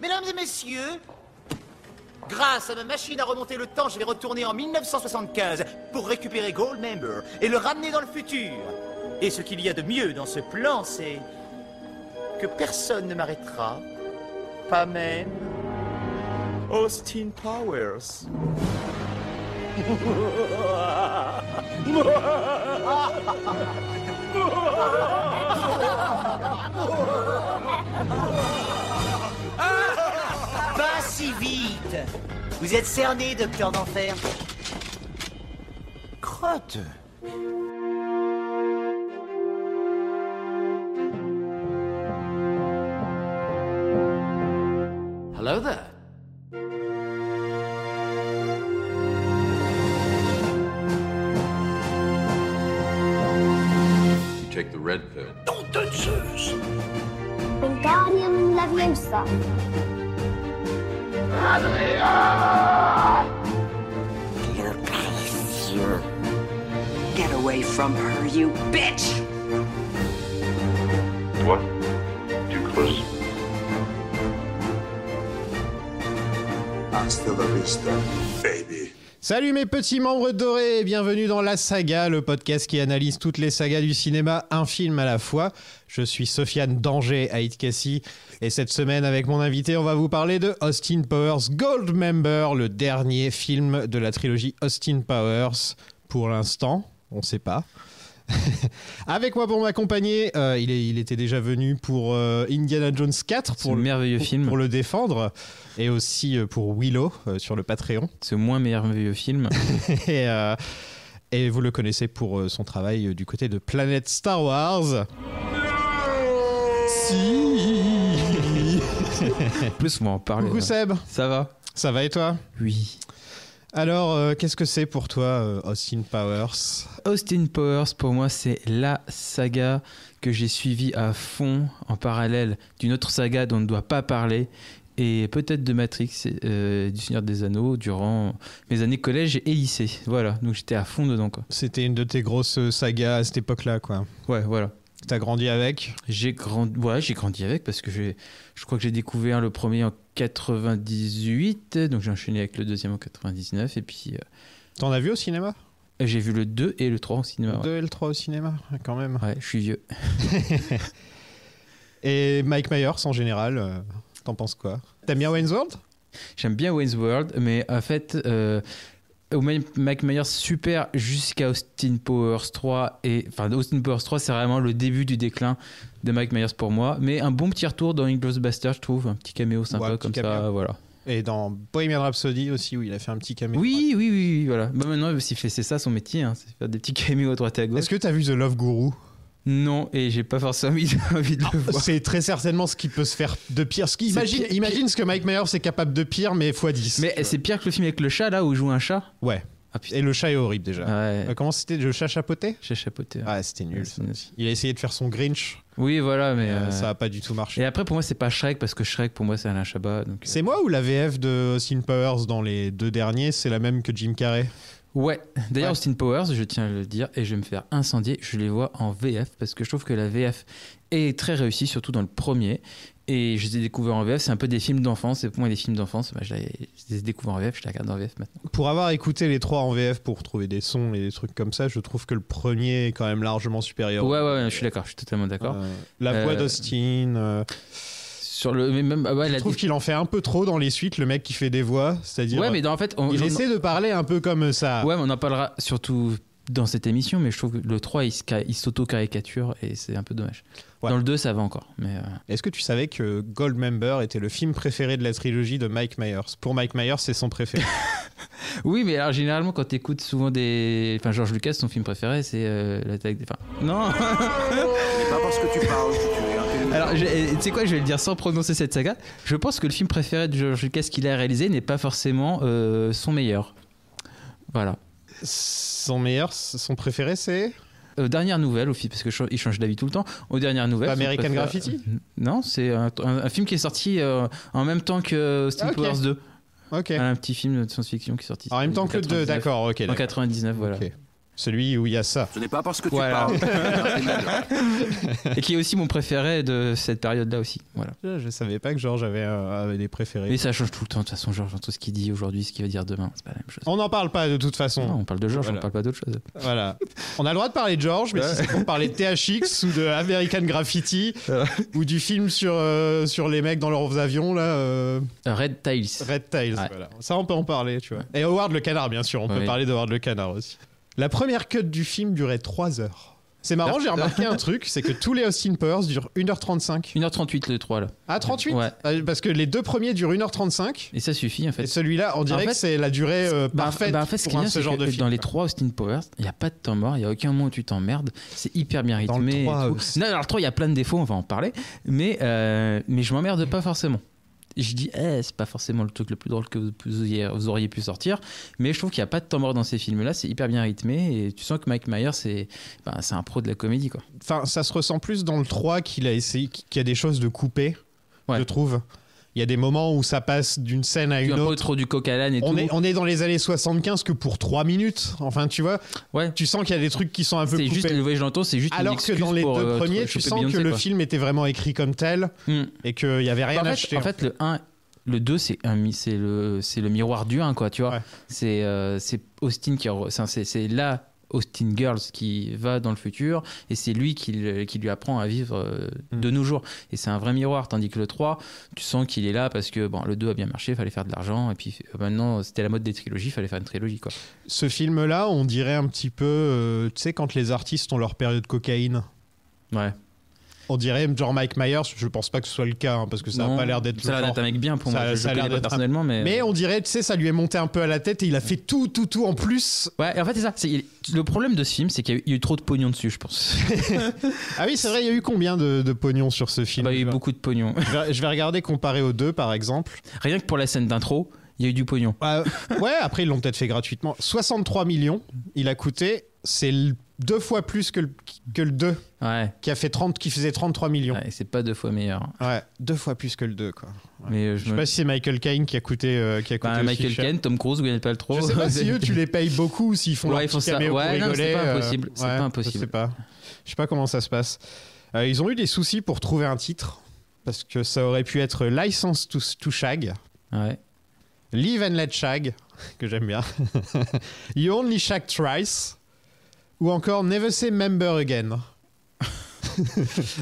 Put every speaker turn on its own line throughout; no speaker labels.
Mesdames et messieurs, grâce à ma machine à remonter le temps, je vais retourner en 1975 pour récupérer Goldmember et le ramener dans le futur. Et ce qu'il y a de mieux dans ce plan, c'est que personne ne m'arrêtera, pas même Austin Powers. Pas si vite Vous êtes cerné, docteur d'enfer. Crotte
Hello there.
You take the red pill.
Wingardium Leviosa.
Get away from her, you bitch!
What? Too close.
Hasta la vista, baby.
Salut mes petits membres dorés et bienvenue dans La Saga, le podcast qui analyse toutes les sagas du cinéma, un film à la fois. Je suis Sofiane Danger à It Cassie et cette semaine avec mon invité on va vous parler de Austin Powers Goldmember, le dernier film de la trilogie Austin Powers pour l'instant, on sait pas. avec moi pour m'accompagner, euh, il, est- il était déjà venu pour euh, Indiana Jones 4
C'est
pour
le
le,
merveilleux
pour-
film.
pour le défendre et aussi euh, pour Willow euh, sur le Patreon.
C'est le moins merveilleux film.
et, euh, et vous le connaissez pour euh, son travail euh, du côté de Planète Star
Oh
Wars. Si
Plus souvent en parler.
Coucou
là.
Seb,
Ça va
ça va et toi
Oui.
Alors, euh, qu'est-ce que c'est pour toi, euh, Austin Powers
Austin Powers, pour moi, c'est la saga que j'ai suivie à fond en parallèle d'une autre saga dont on ne doit pas parler et peut-être de Matrix, euh, du Seigneur des Anneaux, durant mes années collège et lycée. Voilà, donc j'étais à fond dedans. Quoi.
C'était une de tes grosses euh, sagas à cette époque-là, quoi.
Ouais, voilà.
T'as grandi avec
J'ai grandi, ouais, j'ai grandi avec parce que j'ai- je crois que j'ai découvert le premier en 98, donc j'ai enchaîné avec le deuxième en 99 et puis euh,
T'en as vu au cinéma
J'ai vu le 2 et le 3 en cinéma. Ouais,
2 et le 3 au cinéma, quand même.
Ouais, je suis vieux.
Et Mike Myers, en général, euh, t'en penses quoi T'aimes bien Wayne's World
J'aime bien Wayne's World, mais en fait, euh, au même- Mike Myers super jusqu'à Austin Powers 3. Et, enfin, Austin Powers 3, c'est vraiment le début du déclin de Mike Myers pour moi. Mais un bon petit retour dans Inglourious Baster, je trouve. Un petit caméo sympa
Ouais, petit
comme ça.
caméo.
Voilà.
Et dans Bohemian Rhapsody aussi, où il a fait un petit caméo.
Oui, oui, oui, oui, voilà. Bah, maintenant, s'il fait- c'est ça son métier, hein, c'est faire des petits caméos à droite et à gauche.
Est-ce que t'as vu The Love Guru
Non, et j'ai pas forcément envie de, envie de le voir.
C'est très certainement ce qui peut se faire de pire. Ce qui-
C'est
imagine,
pire-
imagine ce que Mike Myers est capable de pire, mais x 10.
Mais c'est pire que le film avec le chat, là, où joue un chat.
Ouais.
Ah putain.
Et le chat est horrible déjà.
Ah Ouais,
Euh, comment c'était Le chat chapoté
j'ai chapeauté.
Ah, c'était
Ouais,
nul.
c'est ben, nul.
Il a essayé de faire son Grinch,
Oui, voilà, mais.
mais
euh,
ça a pas du tout marché.
Et après, pour moi, c'est pas Shrek, parce que Shrek, pour moi, c'est Alain Chabat. Donc... euh,
C'est moi ou la VF de Austin Powers dans les deux derniers, c'est la même que Jim Carrey
Ouais.
Ouais.
D'ailleurs, Austin Powers, je tiens à le dire, et je vais me faire incendier, je les vois en VF, parce que je trouve que la VF est très réussie, surtout dans le premier. Et je les ai découverts en VF, c'est un peu des films d'enfance, et pour moi, des films d'enfance, bah, je, les- je les ai découverts en VF, je les regarde en VF maintenant.
Pour avoir écouté les trois en VF pour trouver des sons et des trucs comme ça, je trouve que le premier est quand même largement supérieur.
Ouais, ouais, ouais, je suis d'accord, je suis totalement d'accord.
Euh, la voix
Euh,
d'Austin. euh,
Sur le. mais même, ah ouais, la-
je trouve qu'il en fait un peu trop dans les suites, le mec qui fait des voix. C'est-à-dire.
Ouais, mais dans- en fait, on,
Il
j'en-
essaie de parler un peu comme ça.
Ouais, mais on en parlera surtout dans cette émission, mais je trouve que le 3, il, se ca- il s'auto-caricature et c'est un peu dommage.
Ouais.
Dans le 2, ça va encore. Mais euh,
Est-ce que tu savais que Goldmember était le film préféré de la trilogie de Mike Myers Pour Mike Myers, c'est son préféré.
Oui, mais alors généralement, quand t'écoutes souvent des. Enfin, George Lucas, son film préféré, c'est euh, l'attaque des. Enfin, non
Pas parce que tu parles que tu es intelligent.
Alors, je- eh, tu sais quoi, je vais le dire sans prononcer cette saga. Je pense que le film préféré de George Lucas qu'il a réalisé n'est pas forcément euh, son meilleur. Voilà.
son meilleur, son préféré, c'est
Euh, dernière nouvelle, au fil, parce qu'il change d'avis tout le temps. Aux dernières nouvelles.
Pas
son
American Graffiti
Non, c'est un, un- un film qui est sorti euh, en même temps que Austin
Ah, ok.
Powers 2.
Ok.
Un petit film de science-fiction qui est sorti.
en même temps que le 2,
99.
d'accord, ok.
En
d'accord.
99, voilà.
Ok. Celui où il y a ça.
Ce n'est pas parce que
Voilà.
tu parles.
Et qui est aussi mon préféré de cette période-là aussi. Voilà.
Je, je savais pas que Georges avait, euh, avait des préférés.
Mais ça change tout le temps. De toute façon, Georges, entre ce qu'il dit aujourd'hui, ce qu'il va dire demain, c'est pas la même chose.
On n'en parle pas de toute façon.
Non, on parle de Georges,
Oh. Voilà.
on parle pas d'autre chose.
Voilà. On a le droit de parler de Georges, mais si c'est pour parler de THX ou de American Graffiti ou du film sur, euh, sur les mecs dans leurs avions, là, euh,
Red Tiles.
Red Tails.
Ouais.
Voilà. Ça, on peut en parler, tu vois. Et Howard le Canard, bien sûr. On peut
Oui.
parler de Howard le Canard aussi. La première cut du film durait 3 heures. C'est marrant, j'ai remarqué un truc, c'est que tous les Austin Powers durent 1h35.
1h38 le 3 là.
Ah, 38
Ouais.
Euh, Parce que les deux premiers durent 1h35.
Et ça suffit en fait.
Et celui-là, on dirait
En fait,
que c'est la durée euh,
Bah,
parfaite
bah, en fait, ce qui est
pour un-
bien,
ce
c'est
genre
que
de film.
dans les trois Austin Powers, il n'y a pas de temps mort, il n'y a aucun moment où tu t'emmerdes, c'est hyper bien
Dans le
rythmé. et
trois,
tout.
euh, c'est-
Non, alors le 3, il y a plein de défauts, on va en parler, mais, euh, mais je m'emmerde pas forcément. Je dis, eh, c'est pas forcément le truc le plus drôle que vous, vous ayez- vous auriez pu sortir, mais je trouve qu'il n'y a pas de temps mort dans ces films-là, c'est hyper bien rythmé, et tu sens que Mike Myers, c'est ben, c'est un pro de la comédie, quoi.
enfin ça se ressent plus dans le 3 qu'il a essayé qu'il y a des choses de couper
Ouais.
je trouve il y a des moments où ça passe d'une scène à
Tu
une
un peu
autre
trop du coq à l'âne et
on
tout.
est, on est dans les années 75 que pour 3 minutes enfin tu vois
Ouais.
tu sens qu'il y a des trucs qui sont un peu
C'est
coupés
juste le voyage dans le temps, c'est juste une
alors que
excuse
dans les
pour,
deux
euh,
premiers tu
choper
sens
Beyoncé,
que le
quoi.
film était vraiment écrit comme tel
Hmm.
et qu'il y avait rien
en fait,
à acheter
en fait, le 1, le 2, c'est un mi- c'est le, c'est le miroir du 1, quoi, tu vois.
Ouais.
C'est euh, c'est Austin qui. re- c'est- C'est c'est la Austin Girls qui va dans le futur et c'est lui qui, le- qui lui apprend à vivre euh, de nos jours. Et c'est un vrai miroir, tandis que le 3, tu sens qu'il est là parce que bon, le 2 a bien marché, fallait faire de l'argent et puis euh, maintenant c'était la mode des trilogies, fallait faire une trilogie, quoi.
ce film là on dirait un petit peu euh, tu sais quand les artistes ont leur période cocaïne
Ouais.
on dirait genre Mike Myers je pense pas que ce soit le cas hein, parce que ça
Non,
a pas l'air d'être
Ça
le
a l'air
genre.
d'être un mec bien pour
Ça-
moi, je, je
ça a
le
l'air
connais pas
d'être un-
personnellement, mais.
Mais on dirait, tu sais, ça lui est monté un peu à la tête et il a fait tout, tout, tout en plus.
Ouais, et en fait, c'est ça. c'est- il- Le problème de ce film, c'est qu'il y, a eu- il y a eu trop de pognon dessus, je pense.
Ah oui, c'est vrai, il y a eu combien de, de pognon sur ce film
Bah, il y a eu
je, vais-
beaucoup de pognon.
je vais, je vais regarder comparé aux deux, par exemple.
Rien que pour la scène d'intro, il y a eu du pognon.
Ah, ouais, après, ils l'ont peut-être fait gratuitement. 63 millions, il a coûté. C'est l- deux fois plus que le, que le 2,
Ouais,
qui, a fait 30, qui faisait 33 millions. Ouais.
ouais, c'est pas deux fois meilleur.
deux fois plus que le 2, quoi. Ouais.
Mais euh,
Je
je
sais
me...
pas si c'est Michael Caine qui a coûté, euh, qui a coûté
Enfin,
aussi
Bah, Michael
cher.
Caine, Tom Cruise, Gwyneth Paltrow.
Je sais pas si eux, tu les payes beaucoup ou s'ils font
Ouais,
leur
ils font
petit
ça.
caméo pour
Ouais, non, c'est
rigoler,
pas
euh,
impossible. C'est pas impossible.
Je sais pas. Je sais pas comment ça se passe. Euh, ils ont eu des soucis pour trouver un titre parce que ça aurait pu être License to, to Shag,
Ouais.
Live and Let Shag, que j'aime bien, You Only Shag Twice, ou encore Never Say Member Again.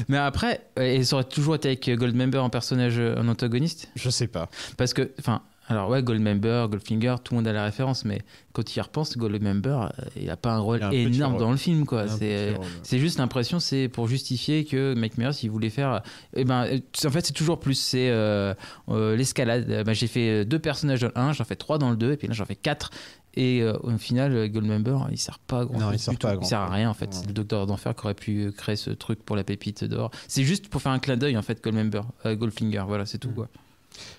Mais après, euh, et ça aurait toujours été avec euh, Goldmember en personnage, euh, en antagoniste
Je sais pas.
Parce que, enfin, alors ouais, Goldmember, Goldfinger, tout le monde a la référence, mais quand il y repense, Goldmember, euh, il a pas un rôle
Il a un petit
énorme
rôle.
dans le film, quoi.
Un
C'est euh,
petit rôle, ouais.
c'est juste l'impression, c'est pour justifier que Mike Myers, il voulait faire. eh ben, euh, en fait, c'est toujours plus. C'est euh, euh, l'escalade. Euh, ben, j'ai fait euh, deux personnages dans le 1, j'en fais trois dans le 2, et puis là, j'en fais quatre. Et euh, au final, euh, Goldmember, il sert pas à grand
Non, il
chose
sert
du
pas
tout.
à grand
Il sert à
chose.
rien, en fait.
Ouais.
C'est le docteur d'enfer qui aurait pu euh, créer ce truc pour la pépite d'or. C'est juste pour faire un clin d'œil, en fait, Goldmember, euh, Goldfinger. Voilà, c'est tout,
Mm.
quoi.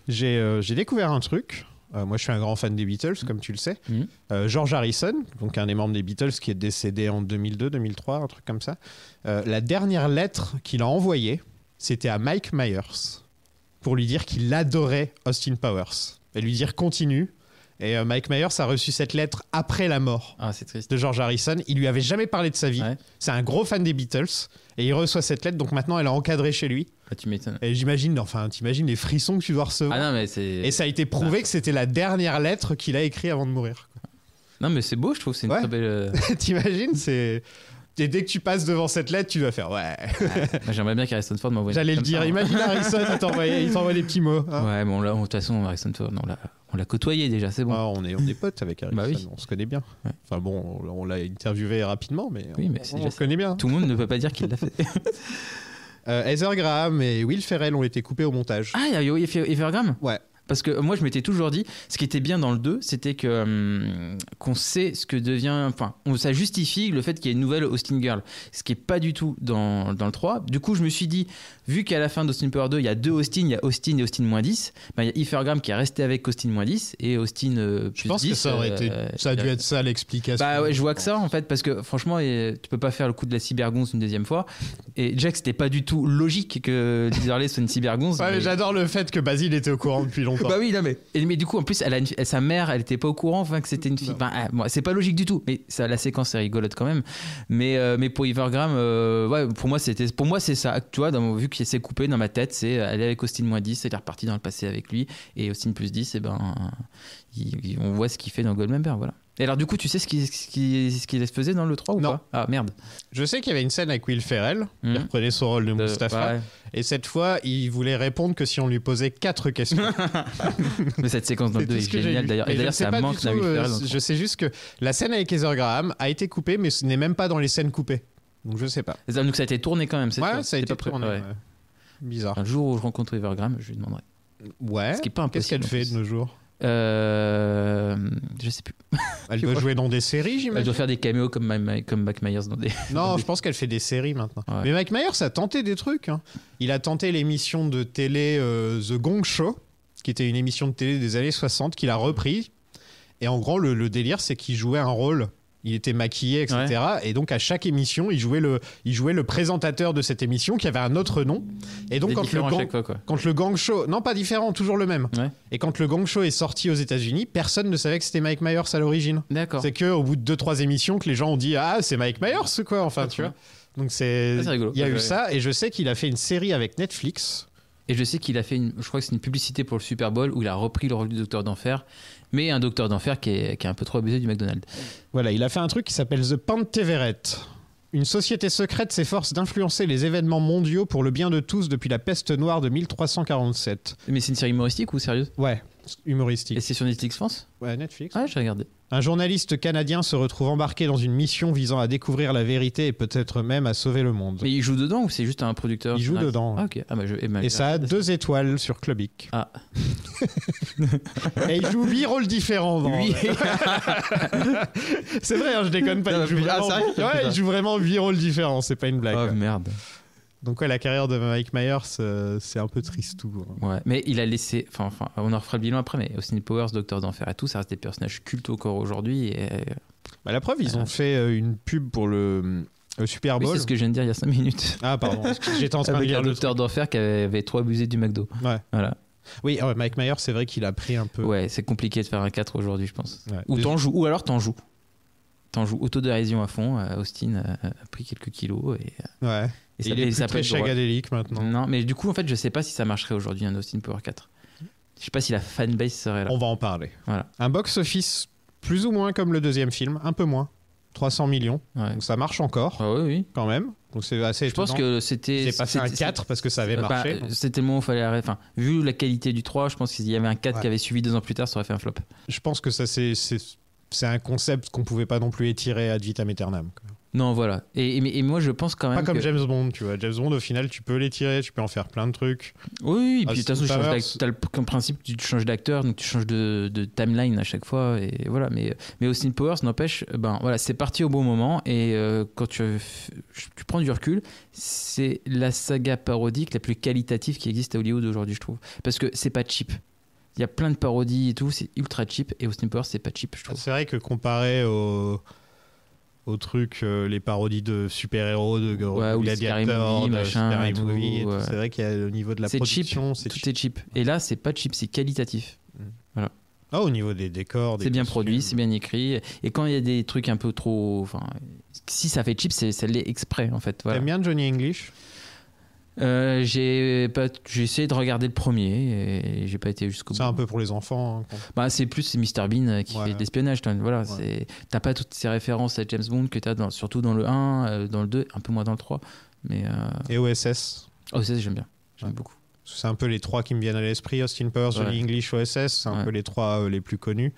J'ai euh, j'ai découvert un truc. Euh, moi, je suis un grand fan des Beatles, comme tu le sais.
Mhm.
Euh, George Harrison, donc un des membres des Beatles qui est décédé en 2002-2003, un truc comme ça. Euh, la dernière lettre qu'il a envoyée, c'était à Mike Myers pour lui dire qu'il adorait Austin Powers et lui dire continue. Et euh, Mike Myers a reçu cette lettre après la mort
Ah, c'est triste.
de George Harrison. Il lui avait jamais parlé de sa vie.
Ouais.
C'est un gros fan des Beatles et il reçoit cette lettre. Donc maintenant, elle est encadrée chez lui.
Ah, tu m'étonnes.
Et j'imagine, enfin, t'imagines les frissons que tu dois recevoir.
Ah non, mais c'est.
Et ça a été prouvé que c'était la dernière lettre qu'il a écrite avant de mourir.
Non, mais c'est beau, je trouve. C'est une
Ouais.
très belle. euh,
T'imagines C'est. Et dès que tu passes devant cette lettre, tu vas faire ouais.
Moi, J'aimerais bien qu'Harrison Ford m'envoie. une
J'allais le
comme ça,
dire.
hein.
Imagine Harrison, il t'envoyait, il t'envoie des petits mots. hein.
Ouais, bon, là, de toute façon, Harrison Ford, on l'a- on l'a côtoyé déjà, c'est bon.
Ah, on, est, on est potes avec Harrison,
Bah oui.
on se connaît bien.
Ouais.
Enfin bon, on, on l'a interviewé rapidement, mais,
Oui,
on-
mais c'est
on,
déjà
se connaît bien.
Tout le monde ne peut pas dire qu'il l'a fait.
Euh, Heather Graham et Will Ferrell ont été coupés au montage.
ah, il y a eu Efe- Evergram
Ouais.
Parce que euh, moi, je m'étais toujours dit, ce qui était bien dans le 2, c'était que hum, qu'on sait ce que devient. Enfin, on- ça justifie le fait qu'il y ait une nouvelle Austin Girl. Ce qui est pas du tout dans, dans le 3. Du coup, je me suis dit, vu qu'à la fin d'Austin Power 2, il y a deux Austin, il y a Austin et Austin moins 10, ben, il y a Evergram qui est resté avec Austin moins 10 et Austin euh, plus
Je pense
10,
que ça aurait été,
euh,
ça a dû
euh,
être ça l'explication.
Bah ouais, je vois que ça en fait, parce que franchement, euh, tu peux pas faire le coup de la cybergonce une deuxième fois. Et Jack, c'était pas du tout logique que Disney soit une cybergonce.
Ouais, mais
mais-
j'adore le fait que Basile était au courant depuis longtemps.
Bah oui, non mais. et- mais du coup, en plus, elle a une- sa mère, elle était pas au courant enfin, que c'était une fille. Enfin, ah, bon, c'est pas logique du tout, mais ça, la séquence est rigolote quand même. Mais, euh, mais pour Ivergram, euh, ouais, pour moi, c'était, pour moi, c'est ça. Tu vois, dans mon- vu qu'il s'est coupé dans ma tête, c'est euh, elle est avec Austin moins 10, elle est repartie dans le passé avec lui, et Austin plus 10, et ben, il- il- on voit ce qu'il fait dans Goldmember, voilà. Et alors, du coup, tu sais ce qu'il ce qu'il- ce qu'il se faisait dans le 3 ou
Non.
pas Ah merde.
Je sais qu'il y avait une scène avec Will Ferrell,
Mhm.
il reprenait son rôle de
De-
Mustapha,
ouais.
et cette fois, il voulait répondre que si on lui posait quatre questions.
Mais cette séquence dans le
C'est
2
tout
est
ce que j'ai
géniale
lu.
d'ailleurs.
Mais
Et
je
d'ailleurs,
sais
ça
pas du
manque
tout,
d'un Will
euh,
Ferrell dans le
Je sais juste que la scène avec Heather Graham a été coupée, mais ce n'est même pas dans les scènes coupées. Donc je sais pas.
trois. Donc ça a été tourné quand même, c'est
Ouais,
sûr.
ça a
C'était
été
pas pré-
tourné.
ouais.
ouais. Bizarre.
Un jour où je rencontre Evergram, je lui demanderai.
Ouais.
Ce qui est pas
Hein Qu'est-ce
impossible.
qu'elle fait
en
de
plus.
nos jours
Euh, Je sais plus.
Elle doit jouer dans des séries,
Elle
j'imagine.
doit faire des caméos comme, My- My- comme Mike Myers dans des.
Non, je pense qu'elle fait des séries maintenant.
Ouais.
Mais Mike Myers a tenté des trucs. hein. Il a tenté l'émission de télé euh, The Gong Show, qui était une émission de télé des années 60, qu'il a repris. Et en gros, le, le délire, c'est qu'il jouait un rôle. Il était maquillé, etc. Et donc, à chaque émission, il jouait, le, il jouait le présentateur de cette émission qui avait un autre nom. Et donc,
des
quand le,
différents à
gang,
chaque fois, quoi.
quand le gang show. Non, pas différent, toujours le même.
Ouais.
Et quand le gang show est sorti aux États-Unis, personne ne savait que c'était Mike Myers à l'origine.
D'accord.
C'est que au bout de deux trois émissions que les gens ont dit ah c'est Mike Myers ou quoi enfin
Ah,
tu
trop
vois. Donc c'est
Ah, c'est rigolo.
il y a
Ouais,
eu
ouais.
ça et je sais qu'il a fait une série avec Netflix.
Et je sais qu'il a fait une. Je crois que c'est une publicité pour le Super Bowl où il a repris le rôle du Docteur d'Enfer, mais un Docteur d'Enfer qui est, qui est un peu trop abusé du McDonald's.
Voilà, il a fait un truc qui s'appelle The Panteveret. Une société secrète s'efforce d'influencer les événements mondiaux pour le bien de tous depuis la peste noire de 1347.
Mais c'est une série humoristique ou sérieuse
Ouais,
Et
humoristique.
c'est sur Netflix France
Ouais, Netflix.
Ouais, j'ai regardé.
Un journaliste canadien se retrouve embarqué dans une mission visant à découvrir la vérité et peut-être même à sauver le monde.
Mais il joue dedans ou c'est juste un producteur
Il joue
Ah,
dedans.
Ah, ok. Ah, bah, je... eh ben,
Et
je-
ça a deux étoiles sur Clubic.
Ah.
Et il joue huit rôles différents. dans-
Lui,
C'est vrai, hein, je déconne pas.
Non,
il, joue
mais- ah,
vraiment...
sérieux
ouais, il joue vraiment huit rôles différents, c'est pas une blague.
oh
quoi.
merde.
Donc ouais, la carrière de Mike Myers, euh, c'est un peu triste tout. hein.
Ouais, mais il a laissé. Enfin, enfin, on en refera le bilan après, mais Austin Powers, Docteur d'Enfer et tout, ça reste des personnages cultes encore aujourd'hui. Et... euh,
Bah, la preuve, ils ont fait euh, une pub pour le, le Super
Ah. Oui,
Bowl.
c'est ce que je viens de dire il y a 5 minutes.
Ah pardon, j'étais en train de
Avec
lire
un
le
Docteur d'Enfer qui avait, avait trop abusé du McDo.
Ouais.
Voilà.
truc. Oui, ah ouais, Mike Myers, c'est vrai qu'il a pris un peu.
Ouais, c'est compliqué de faire un 4 aujourd'hui, je pense.
Ouais.
Ou
Déjà-
t'en joues, ou alors t'en joues. T'en joues autodérision à fond. euh, Austin euh, a pris quelques kilos et, euh,
Ouais.
et
Et il est
et
plus très
être drôle.
chagadélique maintenant.
Non, mais du coup, en fait, je sais pas si ça marcherait aujourd'hui un Austin Power 4. Je sais pas si la fanbase serait là.
On va en parler.
Voilà.
Un box-office plus ou moins comme le deuxième film, un peu moins, 300 millions.
Ouais.
Donc ça marche encore
Ah oui, oui.
quand même. Donc c'est assez
Je pense
étonnant.
que c'était.
J'ai pas fait un
c'était-
4 parce que ça avait
Bah,
marché.
euh, C'était le moment où fallait arrêter. Enfin, vu la qualité du 3, je pense qu'il y avait un 4
Ouais.
qui avait suivi deux ans plus tard, ça aurait fait un flop.
Je pense que ça c'est c'est c'est un concept qu'on pouvait pas non plus étirer ad vitam aeternam. quoi.
Non, voilà. Et, et- mais- et moi, je pense quand même.
Pas comme
que-
James Bond, tu vois. James Bond au final tu peux l'étirer, tu peux en faire plein de trucs.
Oui, oui, et puis de toute
Austin
façon, tu changes
Ah, Powers.
d'ac- t'as le comme principe, tu changes d'acteur, donc tu changes de, de timeline à chaque fois. Et voilà. Mais, mais Austin Powers, n'empêche, ben voilà, c'est parti au bon moment. Et euh, quand tu, tu prends du recul, c'est la saga parodique la plus qualitative qui existe à Hollywood aujourd'hui, je trouve. Parce que c'est pas cheap. Il y a plein de parodies et tout, c'est ultra cheap. Et Austin Powers, c'est pas cheap, je trouve.
C'est vrai que comparé au aux trucs, euh, les parodies de super-héros, de
Ouais, ou les Scary
Gladiator,
Movie,
de
machin,
Scary
et tout,
Movie et tout.
ouais.
C'est vrai qu'il y a au niveau de la
C'est cheap,
production, c'est
Tout
cheap.
est cheap. Et là, c'est pas cheap, c'est qualitatif.
Ah, au niveau des décors, des
C'est bien
costumes.
produit, c'est bien écrit. Et quand il y a des trucs un peu trop. Enfin, si ça fait cheap, c'est ça l'est exprès en fait. Voilà.
T'aimes bien Johnny English
Euh, j'ai pas, j'ai essayé de regarder le premier et j'ai pas été jusqu'au bout.
C'est un peu pour les enfants. hein, qu'on-
Bah, c'est plus Mr Bean euh, qui
Ouais.
fait de l'espionnage. toi. Voilà, c'est t'as pas toutes ces références à James Bond que t'as dans, surtout dans le 1, euh, dans le 2, un peu moins dans le 3. Mais euh...
Et OSS.
oh, ça j'aime bien, j'aime
Ouais.
beaucoup.
C'est un peu les trois qui me viennent à l'esprit. Austin Powers, Johnny English, OSS. C'est un
Ouais.
peu les trois euh, les plus connus.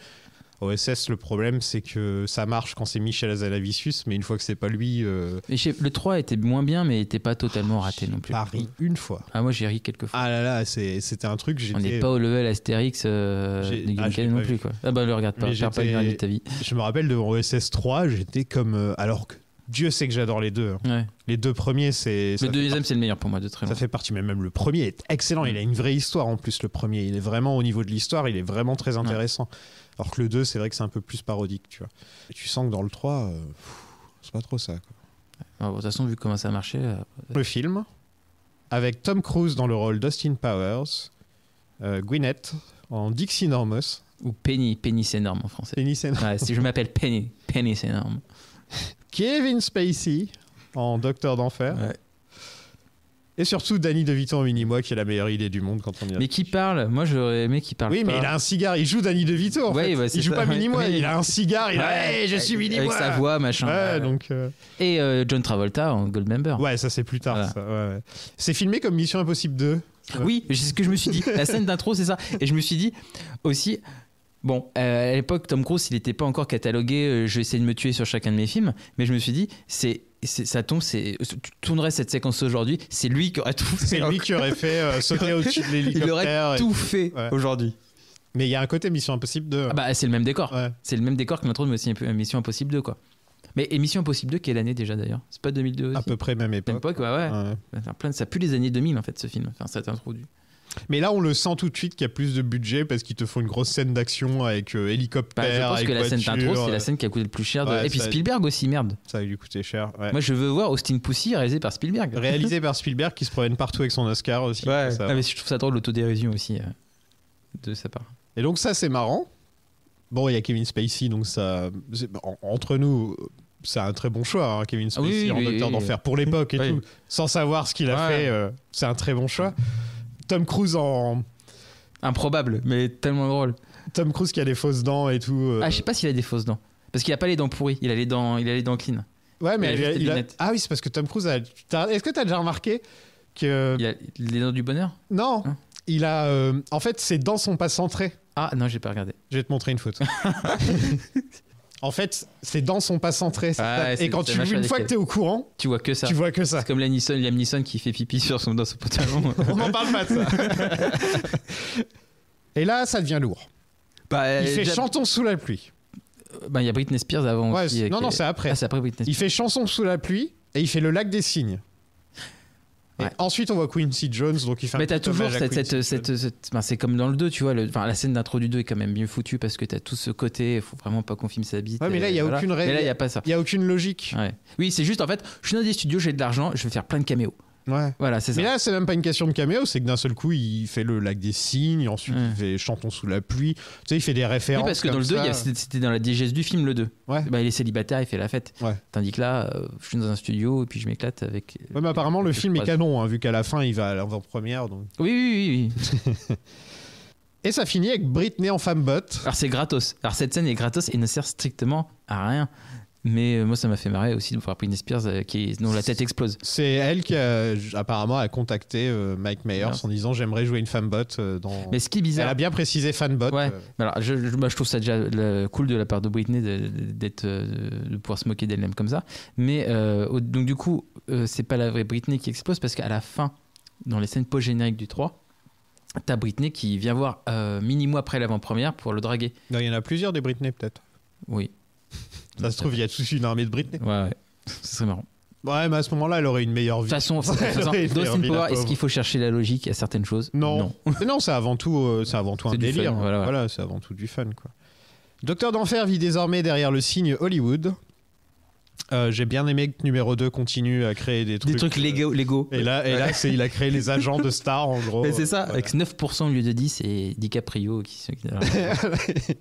OSS, le problème, c'est que ça marche quand c'est Michel Azalavissus, mais une fois que c'est pas lui, euh,
Et je sais- le 3 était moins bien, mais était pas totalement raté non plus.
il a ri une fois.
Ah moi j'ai ri quelques fois.
Ah là là, c'est- c'était un truc.
On n'est
J'étais.
pas au level Astérix euh,
J'ai- ah,
de
je l'ai
Gunken
pas
non
vu.
plus. Quoi. Ah bah le regarde pas,
Mais
perds pas
j'étais-
une heure de ta vie.
Je me rappelle devant OSS 3, j'étais comme. euh, alors que Dieu sait que j'adore les deux. hein.
Ouais.
Les deux premiers, c'est. ça
Le
fait
deuxième, c'est le meilleur pour moi de très
Ça
loin.
fait partie, mais même le premier est excellent. Il a une vraie histoire en plus, le premier. Il est vraiment, au niveau de l'histoire, il est vraiment très intéressant. Alors que le 2, c'est vrai que c'est un peu plus parodique, tu vois. Et tu sens que dans le 3, euh, pff, c'est pas trop ça. quoi.
Ah, bon, de toute façon, vu comment ça marchait, euh,
Le film, avec Tom Cruise dans le rôle d'Austin Powers, euh, Gwyneth en Dixie Normos.
Ou Penny. Penny, c'est énorme en français.
Penny Sen-
Ouais, si je m'appelle Penny, Penny, c'est énorme.
Kevin Spacey en Docteur d'Enfer.
Ouais.
Et surtout Danny DeVito en mini-moi, qui est la meilleure idée du monde quand on y
Mais
réfléchit.
qui parle Moi, j'aurais aimé qu'il parle
Oui, mais
pas.
il a un cigare, il joue Danny DeVito. En
Ouais,
fait.
ouais, c'est
il joue
ça,
pas
ouais.
mini-moi,
Oui.
il a un cigare, il a
Ouais,
Hey, je suis
avec-
mini-moi.
Avec sa voix, machin.
Ouais, donc. euh,
Et euh, John Travolta en Goldmember.
Ouais, ça c'est plus tard.
Voilà.
ça, ouais, ouais. C'est filmé comme Mission Impossible 2.
Oui, c'est ce que je me suis dit. La scène d'intro, c'est ça. Et je me suis dit aussi, bon, euh, à l'époque, Tom Cruise, il n'était pas encore catalogué. euh, je vais essayer de me tuer sur chacun de mes films, mais je me suis dit, c'est, c'est- ça tombe. C'est, tu tournerais cette séquence aujourd'hui. C'est lui qui aurait tout fait.
C'est lui qui aurait fait euh, sauter au-dessus de
Il
l'hélicoptère.
aurait
et-
tout fait
Ouais.
aujourd'hui.
Mais il y a un côté Mission Impossible 2.
Ah bah, c'est le même décor.
Ouais.
C'est le même décor que l'intro de Mission Mission Impossible 2, quoi. Mais et Mission Impossible 2, quelle année déjà d'ailleurs C'est pas 2002 aussi
à peu près même
Même
époque.
époque, ouais, ouais.
Ouais.
Enfin, plein de- Ça pue les années 2000 en fait, ce film. Enfin, cette intro du.
Mais là, on le sent tout de suite qu'il y a plus de budget parce qu'ils te font une grosse scène d'action avec euh, hélicoptère.
Bah, je pense
avec
que la scène
voiture,
d'intro, c'est
euh,
la scène qui a coûté le plus cher. De...
Ouais,
et puis
ça-
Spielberg aussi, merde.
Ça a dû coûter cher. ouais.
Moi, je veux voir Austin Pussy réalisé par Spielberg.
Réalisé par Spielberg qui se promène partout avec son Oscar aussi.
Ouais.
ça.
Ah, mais je trouve ça drôle l'autodérision aussi euh, de sa part.
Et donc, ça, c'est marrant. Bon, il y a Kevin Spacey, donc ça. c'est- en- Entre nous. C'est un très bon choix, hein, Kevin
Ah
Spacey
oui, oui,
en
oui,
Docteur
oui.
d'Enfer, pour l'époque et
Oui.
tout. Sans savoir ce qu'il a
Ouais.
fait, euh, c'est un très bon choix. Tom Cruise en.
Improbable, mais tellement drôle.
Tom Cruise qui a des fausses dents et tout. euh,
Ah, je sais pas s'il a des fausses dents. Parce qu'il a pas les dents pourries, il a les dents, il a les dents clean.
Ouais, mais
Il a
il a-
juste des
il a-
lunettes.
Ah oui, c'est parce que Tom Cruise a. t'as- Est-ce que t'as déjà remarqué que.
Il a les dents du bonheur
Non
Hein
Il a. euh, En fait, ses dents sont pas centrées.
Ah non, j'ai pas regardé.
Je vais te montrer une photo. en fait, ses dents sont pas centrées. c'est
Ah
ça.
ouais, c'est-
Et quand
c'est
tu.
machin
Une fois que
avec
t'es au courant,
Tu vois que ça.
tu vois que ça.
C'est comme la Nissan, Liam Neeson qui fait pipi sur son, dans son pantalon.
On n'en parle pas de ça. Et là, ça devient lourd.
bah,
Il fait
déjà-
chanson sous la pluie.
Bah, il y a Britney Spears avant
Ouais,
aussi.
c'est-
euh,
non,
qui
non,
est-
c'est après.
Ah, c'est après Britney
Il fait chanson sous la pluie et il fait le lac des cygnes. Et
Ouais.
ensuite, on voit Quincy Jones, donc il fait un
Mais t'as
petit
toujours
hommage à
cette,
Quincy
cette,
Jones.
cette- cette- ben, c'est comme dans le 2, tu vois. le- enfin, la scène d'intro du 2 est quand même mieux foutue parce que t'as tout ce côté, il faut vraiment pas qu'on filme sa bite.
Ouais, mais
et
là, il y a
voilà.
aucune règle.
Mais là, il y a pas ça.
Il n'y a aucune logique.
Ouais. Oui, c'est juste en fait, je suis dans des studios, j'ai de l'argent, je vais faire plein de caméos.
Ouais.
Voilà, c'est ça.
Mais là, c'est même pas une question de caméo, c'est que d'un seul coup, il fait le lac des signes, ensuite
Ouais.
il fait Chantons sous la pluie. Tu sais, il fait des
oui,
références.
parce que
comme
dans le 2,
ça.
il y a- c'était c'était dans la digeste du film, le 2.
Ouais.
Ben, il est célibataire, il fait la fête.
Ouais.
Tandis que là, euh, je suis dans un studio et puis je m'éclate avec.
Ouais, mais apparemment, le
Je
film est
croise.
canon, hein, vu qu'à la fin, il va à l'avant-première. donc.
Oui, oui, oui. oui.
Et ça finit avec Britney en femme botte.
Alors, c'est gratos. Alors, cette scène est gratos et ne sert strictement à rien. Mais euh, moi, ça m'a fait marrer aussi de voir Britney Spears euh, qui, dont la tête explose.
C'est elle qui, a- apparemment, a contacté euh, Mike Myers
Merci.
en disant J'aimerais jouer une femme botte. euh, dans...
Mais ce qui est
Elle
bizarre.
a bien précisé fan bot.
Ouais.
euh,
Mais Alors, je, je- moi, je trouve ça déjà euh, cool de la part de Britney de- de- d'être, euh, de pouvoir se moquer d'elle-même comme ça. Mais euh, au- donc, du coup, euh, c'est pas la vraie Britney qui explose parce qu'à la fin, dans les scènes post-génériques du 3, t'as Britney qui vient voir euh, mini mois après l'avant-première pour le draguer.
non, Il y en a plusieurs des Britney, peut-être.
Oui.
Ça se trouve, il y a toute une armée de Britney.
Ouais, ouais. Ce serait marrant.
Ouais, mais à ce moment-là, elle aurait une meilleure
De
vie.
toute façon, de toute façon,
Oui,
Dawson
Irvine, la
Power, est-ce
pauvre.
qu'il faut chercher la logique à certaines choses
Non. Mais non, c'est avant tout, euh, c'est avant tout un
C'est du
délire.
fun,
hein.
voilà,
voilà,
voilà.
c'est avant tout du fun, quoi. Docteur d'enfer vit désormais derrière le signe Hollywood. Euh, J'ai bien aimé que numéro 2 continue à créer des trucs.
Des trucs
euh,
légaux. légaux.
Et là, et là c'est- il a créé les agents de stars, en gros.
Mais c'est ça,
Voilà.
avec 9% au lieu de 10 et DiCaprio qui se.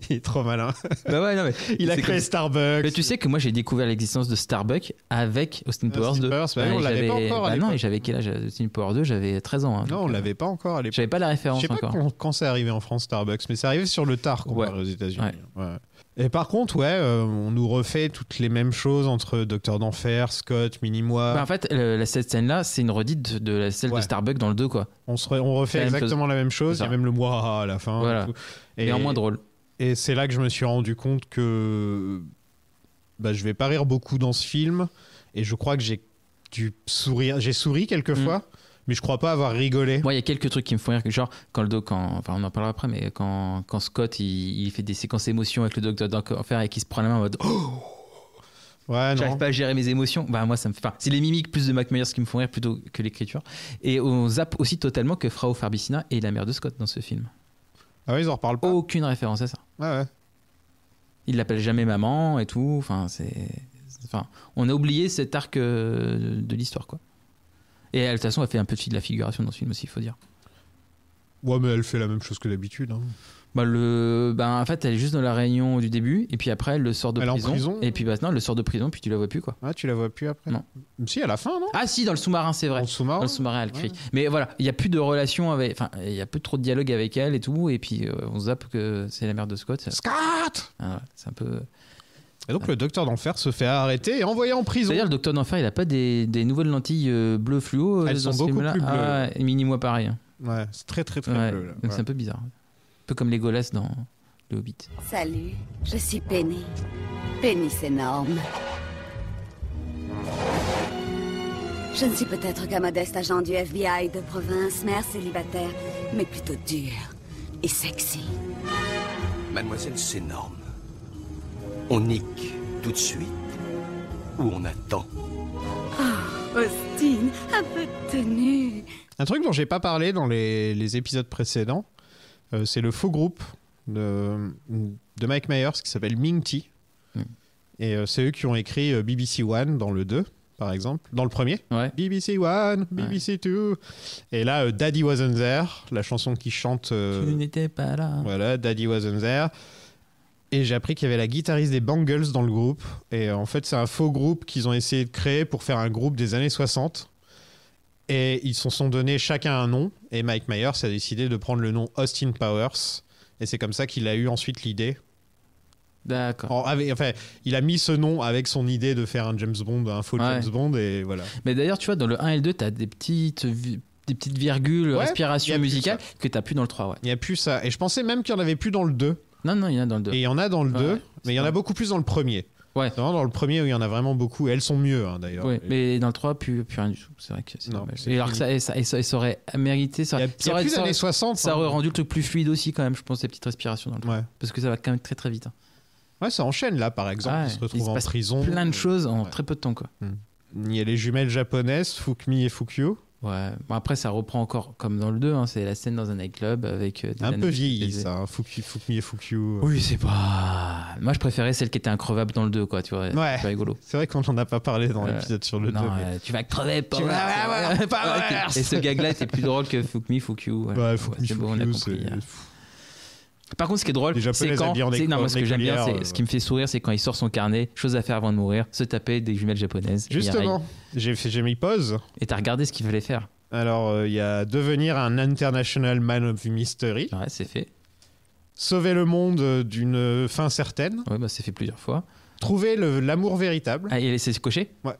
il est trop malin.
bah ouais, non, mais
Il a
c'est
créé
comme-
Starbucks.
Mais Euh, tu sais que moi j'ai découvert l'existence de Starbucks avec Austin
Austin
Powers 2.
Powers, bah oui, on
et
l'avait pas
j'avais-
encore à
bah non,
l'époque.
et j'avais quel âge Austin Powers 2, j'avais 13 ans. hein,
Non,
donc,
on
euh,
l'avait pas encore à l'époque.
J'avais pas la
Je
référence
sais pas
encore.
quand, quand c'est arrivé en France Starbucks, mais c'est arrivé sur le tard comparé aux États-Unis. Ouais. Et par contre, ouais, euh, on nous refait toutes les mêmes choses entre Docteur d'enfer, Scott, Minimois.
Bah, en fait, le- la- cette scène-là, c'est une redite de, de la, celle
Ouais.
de Starbucks dans le 2, quoi.
On, se re- on refait
C'est la même
exactement la même chose,
C'est
il y a
ça.
même le moi à la fin.
Voilà.
Et, tout.
Et,
Et-
en moins drôle.
et c'est là que je me suis rendu compte que bah, je vais pas rire beaucoup dans ce film. Et je crois que j'ai dû sourire. J'ai souri quelques
Mm.
fois, mais je crois pas avoir rigolé.
Moi, il y a quelques trucs qui me font rire, genre quand le doc, quand, enfin, on en parlera après, mais quand, quand Scott il, il fait des séquences émotions avec le docteur d'enfer et qu'il se prend la main en mode Oh,
Ouais, Ah non.
j'arrive pas à gérer mes émotions, bah moi ça me fait. Enfin, c'est les mimiques plus de Mac Myers qui me font rire plutôt que l'écriture. Et on zappe aussi totalement que Frau Farbicina est la mère de Scott dans ce film.
Ah ouais, ils en reparlent pas.
aucune référence à ça.
Ouais, ouais.
Il l'appelle jamais maman et tout. Enfin, c'est. Enfin, on a oublié cet arc euh, de l'histoire, quoi. Et elle, de toute façon, elle fait un petit de la figuration dans ce film aussi, il faut dire.
Ouais, mais elle fait la même chose que d'habitude. hein.
Bah, le... bah, en fait, elle est juste dans la réunion du début, et puis après, elle le sort de
Elle est en
prison,
prison
Et puis maintenant, elle le sort de prison, puis tu la vois plus, quoi.
Ah, tu la vois plus après
Non.
Si, à la fin, non
Ah si, dans le sous-marin, c'est vrai.
En sous-marin
Dans le sous-marin, elle crie.
Ouais.
Mais voilà, il n'y a plus de relation avec... Enfin, il y a peu trop de dialogue avec elle et tout, et puis euh, on zappe que c'est la mère de Scott.
Scott
Ah, voilà, c'est un peu...
Et donc, le docteur d'enfer se fait arrêter et envoyer en prison.
D'ailleurs, le Docteur d'Enfer, il n'a pas des, des nouvelles lentilles euh, bleues fluo euh,
Elles sont
dans ce
beaucoup
film-là
plus bleues.
Ah, et mini-moi pareil. hein.
Ouais, c'est très, très, très
Ouais,
bleu. là.
donc
Ouais.
c'est un peu bizarre. Un peu comme les Golas dans Le Hobbit.
Salut, je suis Penny. Penny énorme. Je ne suis peut-être qu'un modeste agent du FBI de province, mère célibataire, mais plutôt dure et sexy.
Mademoiselle Sénorme, on nique tout de suite ou on attend
Austin, un peu de tenue.
Un truc dont j'ai pas parlé dans les, les épisodes précédents, euh, c'est le faux groupe de, de Mike Myers qui s'appelle Minty.
Mm.
Et euh, c'est eux qui ont écrit euh, BBC One dans le 2, par exemple. Dans le premier,
Ouais.
BBC One, BBC Two. Et là, euh, Daddy Wasn't There, la chanson qui chante. euh,
Tu n'étais pas là.
Voilà, Daddy Wasn't There. Et j'ai appris qu'il y avait la guitariste des Bangles dans le groupe. Et euh, en fait, c'est un faux groupe qu'ils ont essayé de créer pour faire un groupe des années 60. Et ils se sont donné chacun un nom. Et Mike Myers a décidé de prendre le nom Austin Powers. Et c'est comme ça qu'il a eu ensuite l'idée.
D'accord.
En- avec- Enfin, il a mis ce nom avec son idée de faire un James Bond, un faux
Ouais.
James Bond. Et voilà.
Mais d'ailleurs, tu vois, dans le 1 et le 2, tu as des petites, vi- des petites virgules,
Ouais, y a
respirations
plus
musicales que tu plus dans le 3. Ouais.
Il n'y a plus ça. Et je pensais même qu'il n'y en avait plus dans le 2.
Non, non, il y en a dans le 2.
Et il y en a dans le
Ouais,
2,
ouais.
mais il y en a beaucoup plus dans le premier.
Ouais.
C'est vraiment dans le premier où il y en a vraiment beaucoup. Et elles sont mieux, hein, d'ailleurs.
Oui,
Et-
mais dans le 3, plus, plus rien du tout. C'est vrai que c'est
Non,
dommage.
c'est
Et alors que
fini.
ça, et ça, et ça- et ça aurait mérité. Ça,
Il y a,
ça
il y a
aurait,
plus
ça aurait-
d'années 60.
ça
hein.
aurait rendu le truc plus fluide aussi, quand même, je pense, les petites respirations dans le 3.
Ouais.
Parce que ça va quand même très très vite. hein.
ouais, ça enchaîne là, par exemple.
Ah ouais,
Ils se
il
retrouvent
se
en
passe
prison.
Plein de choses en
ouais.
très peu de temps, quoi.
Il y a les jumelles japonaises, Fukmi et Fukio.
Ouais. Bon, après, ça reprend encore comme dans le 2. hein, C'est la scène dans un nightclub avec. euh, des
Un
nanas
peu
qui se
vieilli,
faisaient-
ça. hein, Fuki- Fukmi et Fukio.
Oui, c'est pas. Moi, je préférais celle qui était increvable dans le 2, quoi. Tu vois,
Ouais.
c'est pas rigolo.
C'est vrai qu'on n'en a pas parlé dans
Euh,
l'épisode sur le 2.
non, euh, tu vas crever, Powers.
vas- ouais, ouais, Powers.
Et ce gag-là était plus drôle que Fuck Me, Fuck You. Voilà.
Ouais, Fukmi
c'est bon, on a
Fukio,
compris. hein.
c'est-
Par contre, ce qui est drôle,
Les Japonais
c'est quand.
habillés en
c'est- Non, moi, ce que j'aime bien,
écolière,
c'est
euh,
ce qui me fait sourire, c'est quand il sort son carnet, chose à faire avant de mourir, se taper des jumelles japonaises. Mireille.
Justement, j'ai fait- j'ai mis pause.
Et t'as regardé ce qu'il fallait faire.
Alors, euh, il y a devenir un international man of mystery,
Ouais, c'est fait.
sauver le monde euh, d'une fin certaine,
Ouais, bah, c'est fait plusieurs fois.
trouver le- l'amour véritable.
Ah, et c'est coché
Ouais.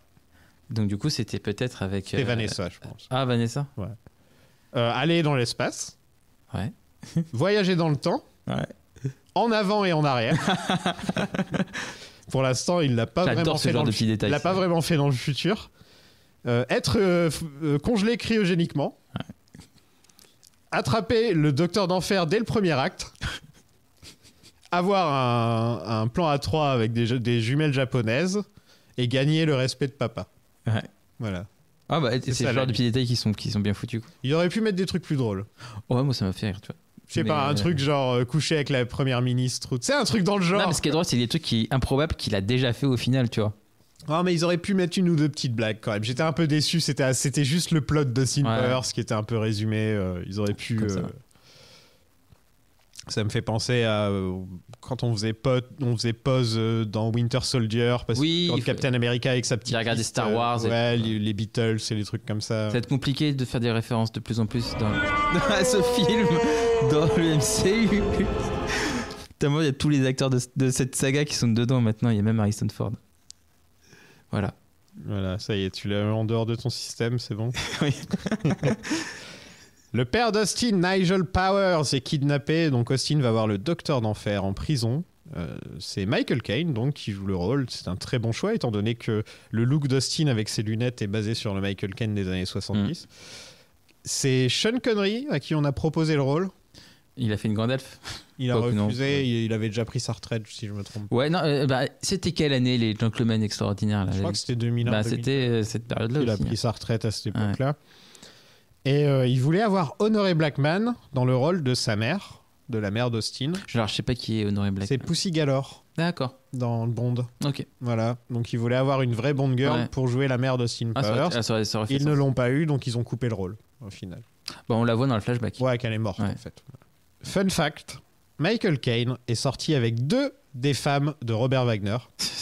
Donc, du coup, c'était peut-être avec.
C'est
euh,
Vanessa, je pense.
Ah, Vanessa
Euh, aller dans l'espace,
Ouais.
voyager dans le temps.
Ouais.
en avant et en arrière. Pour l'instant, il l'a pas
J'adore
vraiment
ce
fait
genre
dans
de
le
petits
fu-
détails,
l'a pas
ça.
vraiment fait dans le futur. Euh, être euh, f- euh, congelé cryogéniquement. Attraper le docteur d'enfer dès le premier acte. Avoir un, un plan à 3 avec des, ju- des jumelles japonaises et gagner le respect de papa.
Ouais.
Voilà.
Ah, bah,
C'est
c'est
ça,
le
la
genre de
vie.
petits détails qui sont, qui sont bien foutus. quoi.
Il aurait pu mettre des trucs plus drôles.
Oh, Ouais, moi, ça m'a fait rire, tu vois.
Je sais
Mais,
pas, un
euh,
truc genre euh, coucher avec la première ministre. ou- C'est un truc dans le genre.
Non, mais ce qui est drôle, c'est des trucs qui, improbables qu'il a déjà fait au final, tu vois.
Ah mais ils auraient pu mettre une ou deux petites blagues quand même. J'étais un peu déçu. C'était c'était juste le plot de Sin
Ouais.
Powers qui était un peu résumé. euh, ils auraient pu.
Comme ça.
euh, ça me fait penser à euh, quand on faisait pote, on faisait pause euh, dans Winter Soldier parce
Oui,
que quand
il faut-
Captain America avec sa petite.
regardé
liste,
Star
euh,
Wars et
ouais,
tout.
les, les Beatles et les trucs comme ça.
Ça va être compliqué de faire des références de plus en plus dans, à ce film, dans le MCU. Putain, moi, il y a tous les acteurs de, de cette saga qui sont dedans maintenant. Il y a même Harrison Ford. Voilà.
Voilà, ça y est, tu l'as en dehors de ton système, c'est bon.
Oui.
le père d'Austin, Nigel Powers, est kidnappé, donc Austin va voir le docteur d'enfer en prison. Euh, c'est Michael Caine donc qui joue le rôle. C'est un très bon choix étant donné que le look d'Austin avec ses lunettes est basé sur le Michael Caine des années 70.
Mm.
C'est Sean Connery à qui on a proposé le rôle.
Il a fait une grande elfe.
Il a
Quoique non.
refusé. il, il avait déjà pris sa retraite si je me trompe. pas.
Ouais, non, euh, bah, c'était quelle année les gentlemen extraordinaires là
Je crois que c'était 2001.
Bah,
2002.
c'était euh, cette période-là
Il a
aussi,
pris
hein.
sa retraite à cette époque-là. Et euh, il voulait avoir Honoré Blackman dans le rôle de sa mère, de la mère d'Austin.
Je- Alors, je sais pas qui est Honoré Black.
C'est Pussy Galore
D'accord.
dans Bond.
Ok.
Voilà. Donc il voulait avoir une vraie Bond girl
Ouais.
pour jouer la mère d'Austin
Ah, ça aurait-
Powers.
ah, ça aurait- ça aurait fait
Ils
sens.
ne l'ont pas eu, donc ils ont coupé le rôle au final.
Bah, on la voit dans le flashback.
Ouais, qu'elle est morte
Ouais.
en fait. Fun fact, Michael Caine est sorti avec deux des femmes de Robert Wagner.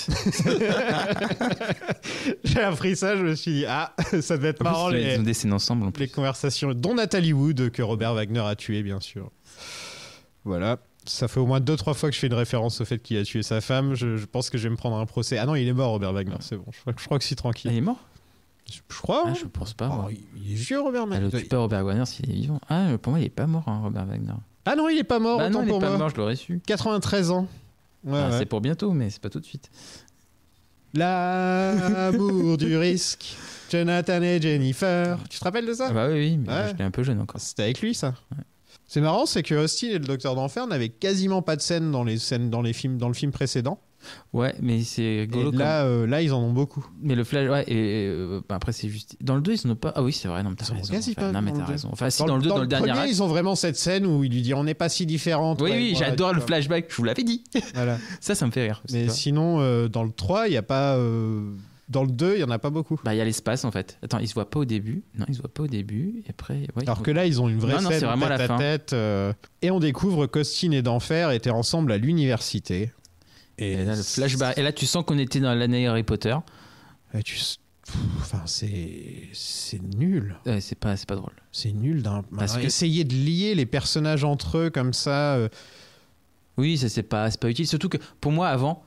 J'ai appris ça, je me suis dit, ah, ça devait être
En plus,
marrant
ils ont-
les,
ils ont des scènes ensemble. en plus.
les conversations, dont Nathalie Wood, que Robert Wagner a tué, bien sûr. Voilà. Ça fait au moins deux, trois fois que je fais une référence au fait qu'il a tué sa femme. Je, je pense que je vais me prendre un procès. Ah non, il est mort, Robert Wagner, c'est bon. Je crois, que- je crois que c'est
Ah, il
tranquille.
est mort
Je je crois.
ah,
hein.
Je pense pas.
Oh,
moi.
il- il est vieux, Robert
Ah,
Wagner.
le tueur Robert Wagner, s'il est vivant. Ah, pour moi, il est pas mort, hein, Robert Wagner.
Ah non, il est pas mort,
bah
autant
non, il est
pour
pas
moi.
mort, je l'aurais su.
93 ans. Ouais,
Ah,
ouais.
C'est pour bientôt, mais c'est pas tout de suite.
L'amour du risque. Jonathan et Jennifer. Tu te rappelles de ça
Ah bah oui, oui, mais
Ouais.
j'étais un peu jeune encore.
C'était avec lui, ça. C'est marrant, c'est que Hostile et le Docteur d'Enfer n'avaient quasiment pas de scène dans les scènes dans les films dans le film précédent.
Ouais, mais c'est
Et
rigolo.
là, euh, là, ils en ont beaucoup.
comme- Mais le flash, ouais, et, et, euh, bah, après, c'est juste. Dans le 2, ils n'ont pas. Ah oui, c'est vrai, non, mais t'as
Ils en ont
raison.
quasi
enfin,
pas
non, mais
dans
t'as
le deux.
raison. Enfin, si, dans, le 2, dans, le dernier
premier,
acte.
ils ont vraiment cette scène où il lui dit on n'est pas si différents.
Oui, oui, j'adore le flashback, je vous l'avais dit. Ça, ça me fait rire. c'est
Mais
pas-
sinon, euh, dans le 3, il n'y a pas. euh, Dans le 2, il n'y en a pas beaucoup.
Bah, il y a l'espace en fait. Attends, ils se voient pas au début. Non, ils se voient pas au début. Et après, ouais, ils
Alors
vont-
que là, ils ont une vraie
Non, non,
scène
c'est vraiment
tête
la
à
fin.
tête. euh, et on découvre qu'Austin et D'Enfer étaient ensemble à l'université.
Et là, le flashback. Et là, tu sens qu'on était dans l'année Harry Potter.
Ah, tu s- Pff, Enfin, c'est c'est nul.
Ouais, Euh, c'est pas, c'est pas drôle.
C'est nul d'un.
Parce
Alors,
que-
Essayer de lier les personnages entre eux comme ça. euh,
Oui, ça c'est pas, c'est pas utile. Surtout que pour moi, avant,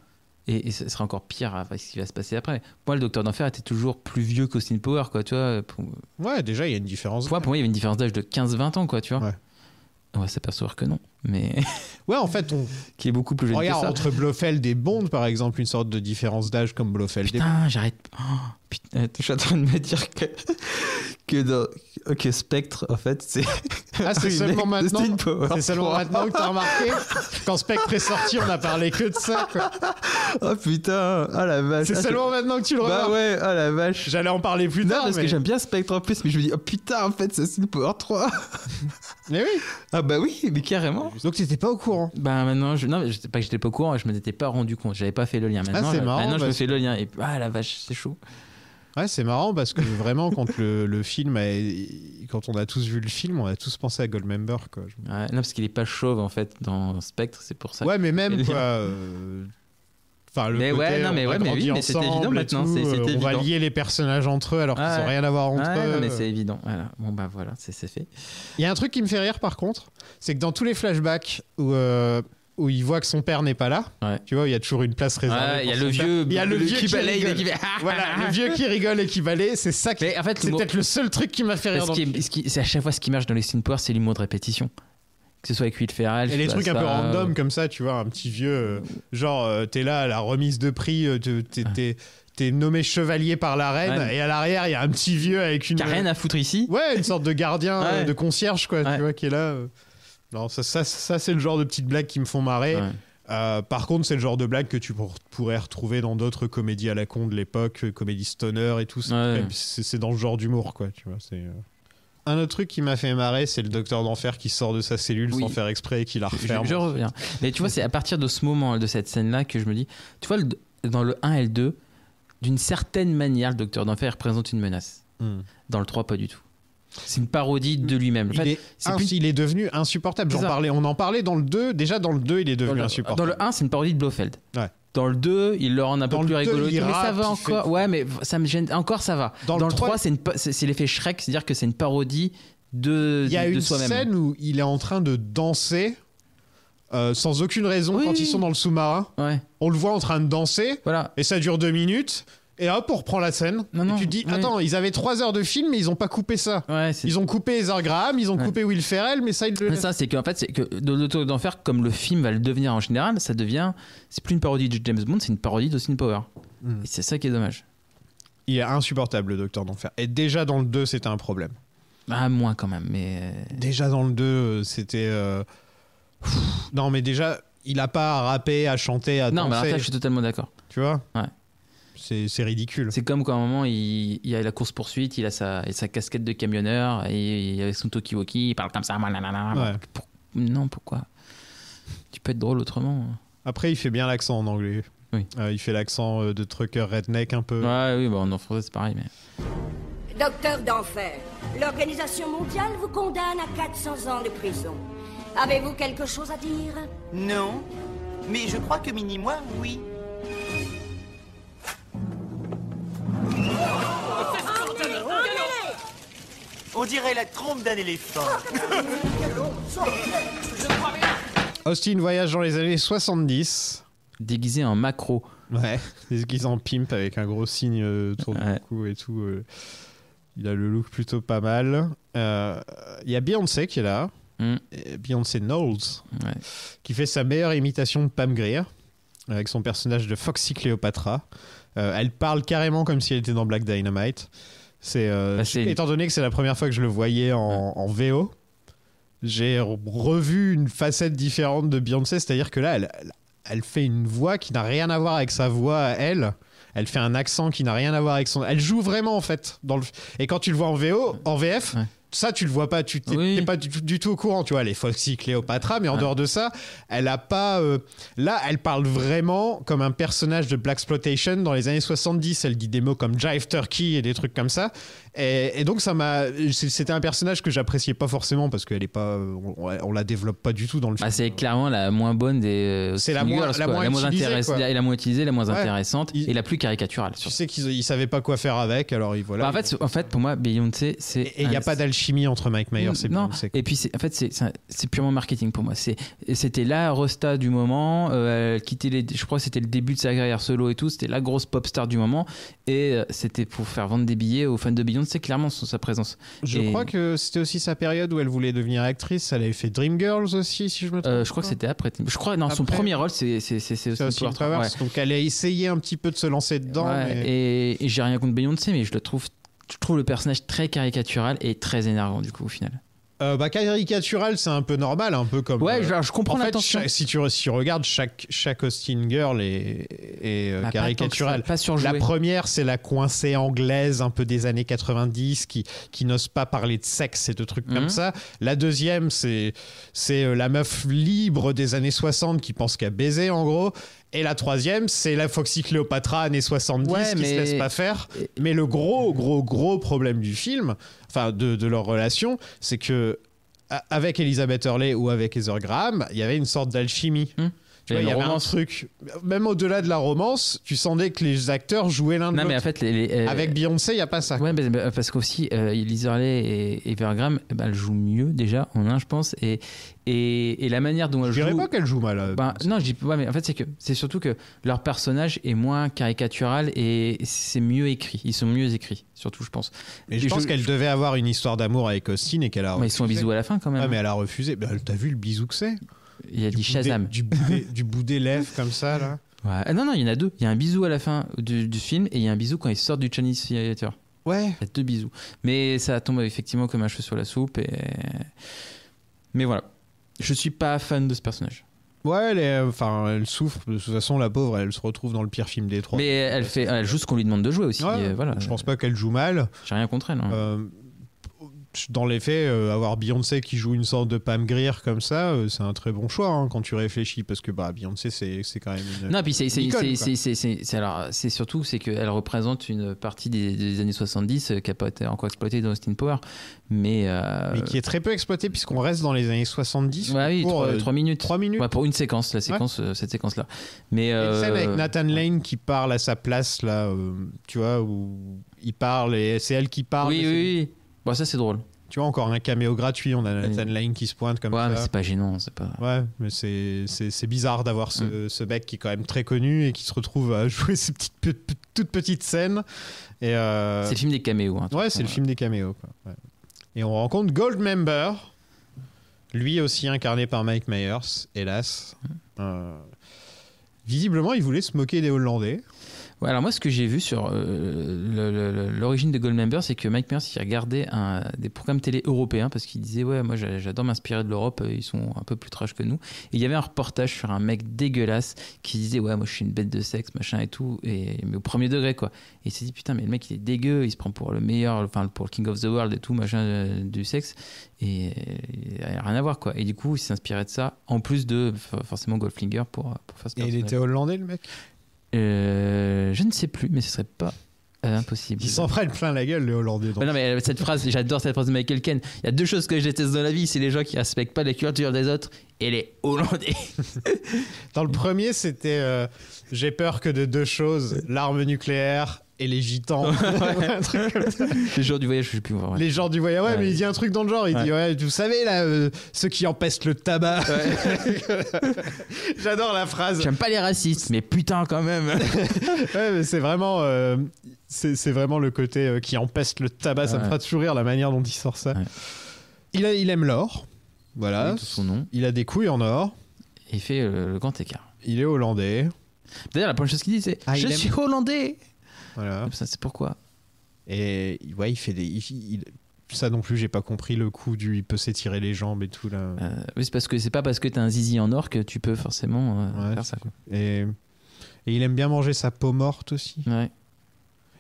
et, et ce sera encore pire hein, avec ce qui va se passer après. Pour moi, le Docteur d'Enfer était toujours plus vieux qu'Austin Power, quoi. Tu vois, pour, pour
Ouais, déjà, il y a une différence.
moi, pour moi, il y avait une différence d'âge de 15-20 ans, quoi. Tu vois.
Ouais.
On va s'apercevoir que non, mais
Ouais, en fait, on
qui est beaucoup plus jeune
regarde
que ça.
entre Blofeld et Bond, par exemple, une sorte de différence d'âge comme Blofeld et
Putain, j'arrête. Oh, putain, je suis en train de me dire que que, dans- que Spectre, en fait, c'est
Ah, c'est
Oui,
seulement
mec,
maintenant.
Austin Powers
C'est seulement
3.
maintenant que t'as remarqué. Quand Spectre est sorti, on a parlé que de ça. quoi.
Oh putain, ah la vache.
C'est
Ah,
seulement maintenant que tu le
je- Bah
remarques.
ouais, ah la vache.
J'allais en parler plus
Non,
tard.
parce
mais...
que j'aime bien Spectre en plus, mais je me dis, oh putain, en fait, c'est Austin Power 3.
Mais oui.
Ah bah oui, mais carrément.
Donc t'étais pas au courant.
Bah maintenant, je... non, mais je- c'est pas que j'étais pas au courant, je me étais pas rendu compte, j'avais pas fait le lien. Maintenant,
Ah, c'est
je-
marrant,
maintenant je me
parce
fais le lien et ah la vache, c'est chaud.
Ouais, c'est marrant parce que vraiment, quand le, le film, a- quand on a tous vu le film, on a tous pensé à Goldmember. Quoi. Je-
Ouais, non, parce qu'il est pas chauve en fait dans Spectre, c'est pour ça.
Ouais, mais même
fait
quoi.
bien.
euh, Enfin, le
Mais
côté,
ouais, non,
on
mais
va
ouais, mais oui,
grandir
mais c'était
ensemble
évident
et
maintenant,
tout,
c'est-
euh,
c'était
On va
évident.
lier les personnages entre eux alors qu'ils
Ouais.
ont rien à voir entre
Ouais, non, mais
eux. euh.
c'est évident. Voilà. Bon bah voilà, c'est c'est fait.
Il y a un truc qui me fait rire par contre, c'est que dans tous les flashbacks où, euh, où il voit que son père n'est pas là,
Ouais.
tu vois, il y a toujours une place réservée.
Ouais, il y a
pour
le
son père.
vieux,
il y a le, vieux
qui balaye,
rigole.
et qui fait, ah,
Voilà, le vieux qui rigole et qui balaye, c'est ça qui.
Mais en fait,
C'est
l'humour-
peut-être le seul truc qui m'a fait rire.
ce
dans
qui
le
est- ce qui- c'est à chaque fois ce qui marche dans les Steam Power, c'est l'humour de répétition. Que ce soit avec Will Ferrell,
Et les
ça,
trucs un peu
ça,
random
euh,
comme ça, tu vois, un petit vieux, euh, genre, euh, t'es là à la remise de prix, euh, te- t'es- t'es t'es nommé chevalier par la reine,
Ah. Ouais.
et à l'arrière, il y a un petit vieux avec une.
qui a rien à foutre ici.
Ouais, une sorte de gardien, euh,
Ouais.
de concierge, quoi,
Ouais.
tu vois, qui est là. euh. Non, ça, ça, ça, c'est le genre de petites blagues qui me font marrer.
Ouais.
Euh, par contre, c'est le genre de blague que tu pour- pourrais retrouver dans d'autres comédies à la con de l'époque, euh, comédie stoner et tout. C'est
Ouais.
c'est- c'est dans le genre d'humour, quoi. Tu vois, c'est. euh. Un autre truc qui m'a fait marrer, c'est le docteur d'enfer qui sort de sa cellule
Oui.
sans faire exprès et qui la
Je,
referme.
je reviens. Mais tu vois, c'est à partir de ce moment, de cette scène-là, que je me dis, tu vois, le- dans le 1 et le 2, d'une certaine manière, le Docteur d'Enfer représente une menace.
Hmm.
Dans le 3, pas du tout. C'est une parodie de lui-même. En
Il,
fait,
est
c'est
ins-
plus-
il est devenu insupportable.
C'est
J'en
ça.
parlais, on en parlait dans le 2. Déjà dans le 2, il est
dans,
devenu
le, dans
insupportable.
le 1, c'est une parodie de Blofeld.
Ouais.
Dans le 2, il le rend un peu
Dans
plus
le 2,
rigolo.
il
mais ça
rappe,
va
il
encore.
fait-
Ouais, mais ça me gêne. Encore, ça va.
Dans
Dans,
le
le 3,
trois-
c'est une pa- c'est c'est l'effet Shrek, c'est-à-dire que c'est une parodie de,
il y a
de
une
soi-même.
scène où il est en train de danser euh, sans aucune raison
Oui.
quand ils sont dans le sous-marin.
Ouais,
On le voit en train de danser
voilà.
et ça dure deux minutes. Et hop, on reprend la scène.
Non,
et
non,
tu te dis,
oui.
attends, ils avaient trois heures de film, mais ils ont pas coupé ça.
Ouais, c'est-
Ils ont coupé Ezra Graham, ils ont
Ouais.
coupé Will Ferrell, mais ça, ils le
Mais ça, c'est qu'en fait, c'est que de l'auto d'enfer, comme le film va le devenir en général, ça devient. C'est plus une parodie de James Bond, c'est une parodie d'Austin Power.
Mm.
Et c'est ça qui est dommage.
Il est insupportable, le Docteur d'Enfer. Et déjà dans le 2, c'était un problème.
Ah, moins quand même, mais.
Déjà dans le 2, euh, c'était. euh, pff, Non, mais déjà, il a pas à rapper, à chanter, à
non, mais alors
danser.
ça, je suis totalement d'accord.
Tu vois
Ouais.
C'est c'est ridicule.
C'est comme quand à un moment, il, il y a la course-poursuite, il a sa, et sa casquette de camionneur, et il avec son talkie-walkie, il parle comme ça. blablabla.
Ouais.
Pour- Non, pourquoi Tu peux être drôle autrement. hein.
Après, il fait bien l'accent en anglais.
Oui.
Euh, il fait l'accent euh, de trucker redneck un peu.
bah, Ouais, oui, bon, en français, c'est pareil, mais.
Docteur d'enfer,
L'Organisation mondiale vous condamne à 400 ans de prison. Avez-vous quelque chose à dire
Non, mais je crois que Mini-moi, oui.
On dirait la trompe d'un éléphant.
Austin voyage dans les années 70.
Déguisé en macro.
Ouais. Déguisé en pimp avec un gros signe euh, autour
Ouais.
du cou et tout. euh. Il a le look plutôt pas mal. Euh, Il y a Beyoncé qui est là.
Mm.
Et Beyoncé Knowles.
Ouais.
Qui fait sa meilleure imitation de Pam Grier. Avec son personnage de Foxy Cleopatra. Euh, elle parle carrément comme si elle était dans Black Dynamite. C'est, euh,
Bah, c'est-
étant donné que c'est la première fois que je le voyais en, en VO, j'ai re- revu une facette différente de Beyoncé. C'est-à-dire que là, elle, elle- elle fait une voix qui n'a rien à voir avec sa voix à elle. Elle fait un accent qui n'a rien à voir avec son. Elle joue vraiment en fait. Dans le... Et quand tu le vois en VO, en VF,
Ouais.
ça tu le vois pas. Tu t'es
Oui.
t'es pas du, tout- du tout au courant. Tu vois, elle est Foxy Cléopatra, mais en
Ouais.
dehors de ça, elle a pas. euh, Là, elle parle vraiment comme un personnage de Black Exploitation dans les années 70. Elle dit des mots comme Jive Turkey et des trucs comme ça. Et, et donc, ça m'a. c'est- C'était un personnage que j'appréciais pas forcément parce qu'elle est pas. On, on la développe pas du tout dans le film.
Bah, c'est clairement la moins bonne des. euh,
C'est la
Teen
moins-
Girls,
la
quoi.
moins utilisée,
intéress-
quoi.
la- et la moins utilisée, la moins
Ouais.
intéressante
Il-
et la plus caricaturale.
Tu
surtout.
sais qu'ils ils savaient pas quoi faire avec, alors ils voilà.
Bah, en, fait, c'est- en fait, pour moi, Beyoncé, c'est.
et il n'y
un-
a pas d'alchimie entre Mike Myers et
non,
Beyoncé.
et puis c'est- en fait c'est- c'est un- c'est purement marketing pour moi. C'est- C'était la Rosta du moment, euh, elle quittait les, je crois que c'était le début de sa carrière solo et tout, c'était la grosse pop star du moment et euh, c'était pour faire vendre des billets aux fans de Beyoncé clairement sur sa présence.
Je
et-
crois que c'était aussi sa période où elle voulait devenir actrice. Elle avait fait Dreamgirls aussi, si je me trompe.
Euh, je crois que
pas.
c'était après. Je crois non, son
Après.
premier rôle c'est c'est c'est c'est
C'est aussi
Austin
une
Powers.
traverse. Donc elle a essayé un petit peu de se lancer dedans.
Ouais,
mais-
Et, et j'ai rien contre Beyoncé mais je le trouve je trouve le personnage très caricatural et très énervant du coup au final.
Euh, bah, caricatural, c'est un peu normal, un peu comme.
Ouais,
euh,
je, je comprends
En fait,
l'attention.
chaque- si, tu, si tu regardes, chaque, chaque Austin Girl est, est, euh,
Bah, pas tant que ça,
caricaturale.
pas surjoué.
La première, c'est la coincée anglaise un peu des années 90 qui, qui n'ose pas parler de sexe et de trucs comme
Mhm.
ça. La deuxième, c'est c'est euh, la meuf libre des années 60 qui pense qu'à baiser en gros. Et la troisième, c'est la Foxy Cléopatra années 70
Ouais,
qui se
mais-
laisse pas faire. Mais le gros, gros, gros problème du film, enfin de, de leur relation, c'est que a- avec Elizabeth Hurley ou avec Heather Graham, il y avait une sorte d'alchimie.
Hmm.
Tu vois,
Et
il y
une
avait
romance.
un truc. Même au-delà de la romance, tu sentais que les acteurs jouaient l'un de
Non mais en
l'autre.
fait les, les- euh,
Avec Beyoncé, il n'y a pas ça.
Ouais, mais- mais, euh, parce qu'aussi, euh, Liz Hurley et Evergram, eh ben, elles jouent mieux déjà en un, je pense. Et, et, et la manière dont
Je
elles
dirais
jouent.
pas qu'elle joue mal. euh,
Ben,
Beyoncé.
non, je dis, ouais, mais en fait, c'est que c'est surtout que leur personnage est moins caricatural et c'est mieux écrit. Ils sont mieux écrits, surtout, je pense.
mais je pense qu'elle devait avoir une histoire d'amour avec Austin et qu'elle a.
Mais ils sont un
refusé.
bisou à la fin quand même.
Ouais, mais elle a refusé. Ben, T'as vu le bisou que c'est
Il y a
Du
dit
bout des-
Shazam.
Du bout des- du bout des lèvres comme ça, là.
Ouais. Ah, non, non, il y en a deux. Il y a un bisou à la fin du, du film et il y a un bisou quand ils sortent du Chinese Theater.
Ouais.
Il y a deux bisous. Mais ça tombe effectivement comme un cheveu sur la soupe. Et... Mais voilà. Je suis pas fan de ce personnage.
Ouais, elle, est- enfin, elle souffre. De toute façon, la pauvre, elle se retrouve dans le pire film des trois.
Mais elle fait elle joue ce qu'on lui demande de jouer aussi.
Ouais,
euh, voilà.
Je pense pas qu'elle joue mal.
J'ai rien contre elle. hein.
Euh, dans les faits, euh, avoir Beyoncé qui joue une sorte de Pam Grier comme ça, euh, c'est un très bon choix hein, quand tu réfléchis, parce que bah, Beyoncé, c'est c'est quand même une.
non, puis c'est c'est-
Nicole,
c'est-
quoi.
c'est- c'est- c'est- c'est- alors, c'est surtout c'est qu'elle représente une partie des, des années 70 euh, qui n'a pas été encore exploitée dans Austin Power. Mais. euh,
Mais qui est très peu exploitée, puisqu'on reste dans les années 70
ouais, oui,
pour
trois,
euh,
trois minutes.
trois minutes.
Ouais, pour une séquence, la séquence, euh, cette séquence-là. Mais.
Il y a une scène
euh,
avec Nathan Lane qui parle à sa place, là, euh, tu vois, où il parle et c'est elle qui parle.
Oui,
et
oui,
c'est-
oui. Bon, ça, c'est drôle.
Tu vois, encore un caméo gratuit, on a Nathan
Oui.
Lane qui se pointe comme
Ouais, mais
ça.
c'est pas gênant. C'est pas.
Ouais, mais c'est- c'est c'est bizarre d'avoir ce,
Mm.
ce mec qui est quand même très connu et qui se retrouve à jouer ces petites, pe- pe- toutes petites scènes. Et euh,
C'est le film des caméos. hein, de toute
ouais,
façon,
c'est le
euh.
film des caméos. quoi. Ouais. Et on rencontre Goldmember, lui aussi incarné par Mike Myers, hélas.
Mm.
Euh, visiblement, il voulait se moquer des Hollandais.
Ouais, alors moi, ce que j'ai vu sur euh, le- le- le- l'origine de Goldmember, c'est que Mike Myers, il regardait un, des programmes télé européens parce qu'il disait ouais, moi j'a- j'adore m'inspirer de l'Europe, euh, ils sont un peu plus trash que nous. Et il y avait un reportage sur un mec dégueulasse qui disait ouais, moi je suis une bête de sexe, machin et tout, et mais au premier degré quoi. Et il s'est dit putain mais le mec il est dégueu, il se prend pour le meilleur, enfin pour le king of the world et tout machin euh, du sexe et euh, il a rien à voir quoi. Et du coup, il s'inspirait de ça en plus de for- forcément Goldfinger pour, euh, pour faire ce
Et il
personnage.
était Hollandais, le mec
Euh, je ne sais plus, mais ce serait pas Euh, impossible.
Ils s'en prennent plein la gueule, les Hollandais. donc.
Ouais, non, mais euh, cette phrase, j'adore cette phrase de Michael Ken. Il y a deux choses que je déteste dans la vie c'est les gens qui respectent pas la culture des autres et les Hollandais.
Dans le premier, c'était euh, J'ai peur que de deux choses, l'arme nucléaire et les gitans. Un truc comme ça.
le jour du voyage, je sais plus. ouais.
Les gens du voyage. Ouais,
Ouais.
mais il dit un truc dans le genre. Il dit Ouais, vous savez, là, euh, ceux qui empestent le tabac. J'adore la phrase.
J'aime pas les racistes, mais putain quand même.
Ouais, mais c'est vraiment, euh, c'est c'est vraiment le côté euh, qui empeste le tabac. Ça me
Ouais.
fera toujours rire la manière dont il sort ça.
Ouais.
Il, a- il aime l'or. Voilà.
Oui, tout son nom.
Il a des couilles en or.
Et il fait euh, le grand écart.
Il est hollandais.
D'ailleurs, la première chose qu'il dit, c'est
Ah, il
Je
aime-
suis hollandais.
Voilà.
Comme ça, c'est pourquoi
Et ouais, il fait des. il- il- ça non plus, j'ai pas compris le coup du. Il peut s'étirer les jambes et tout là.
Euh, oui, c'est parce que c'est pas parce que t'as un zizi en or que tu peux forcément euh,
Ouais,
faire ça. quoi.
Et, et il aime bien manger sa peau morte aussi.
Ouais.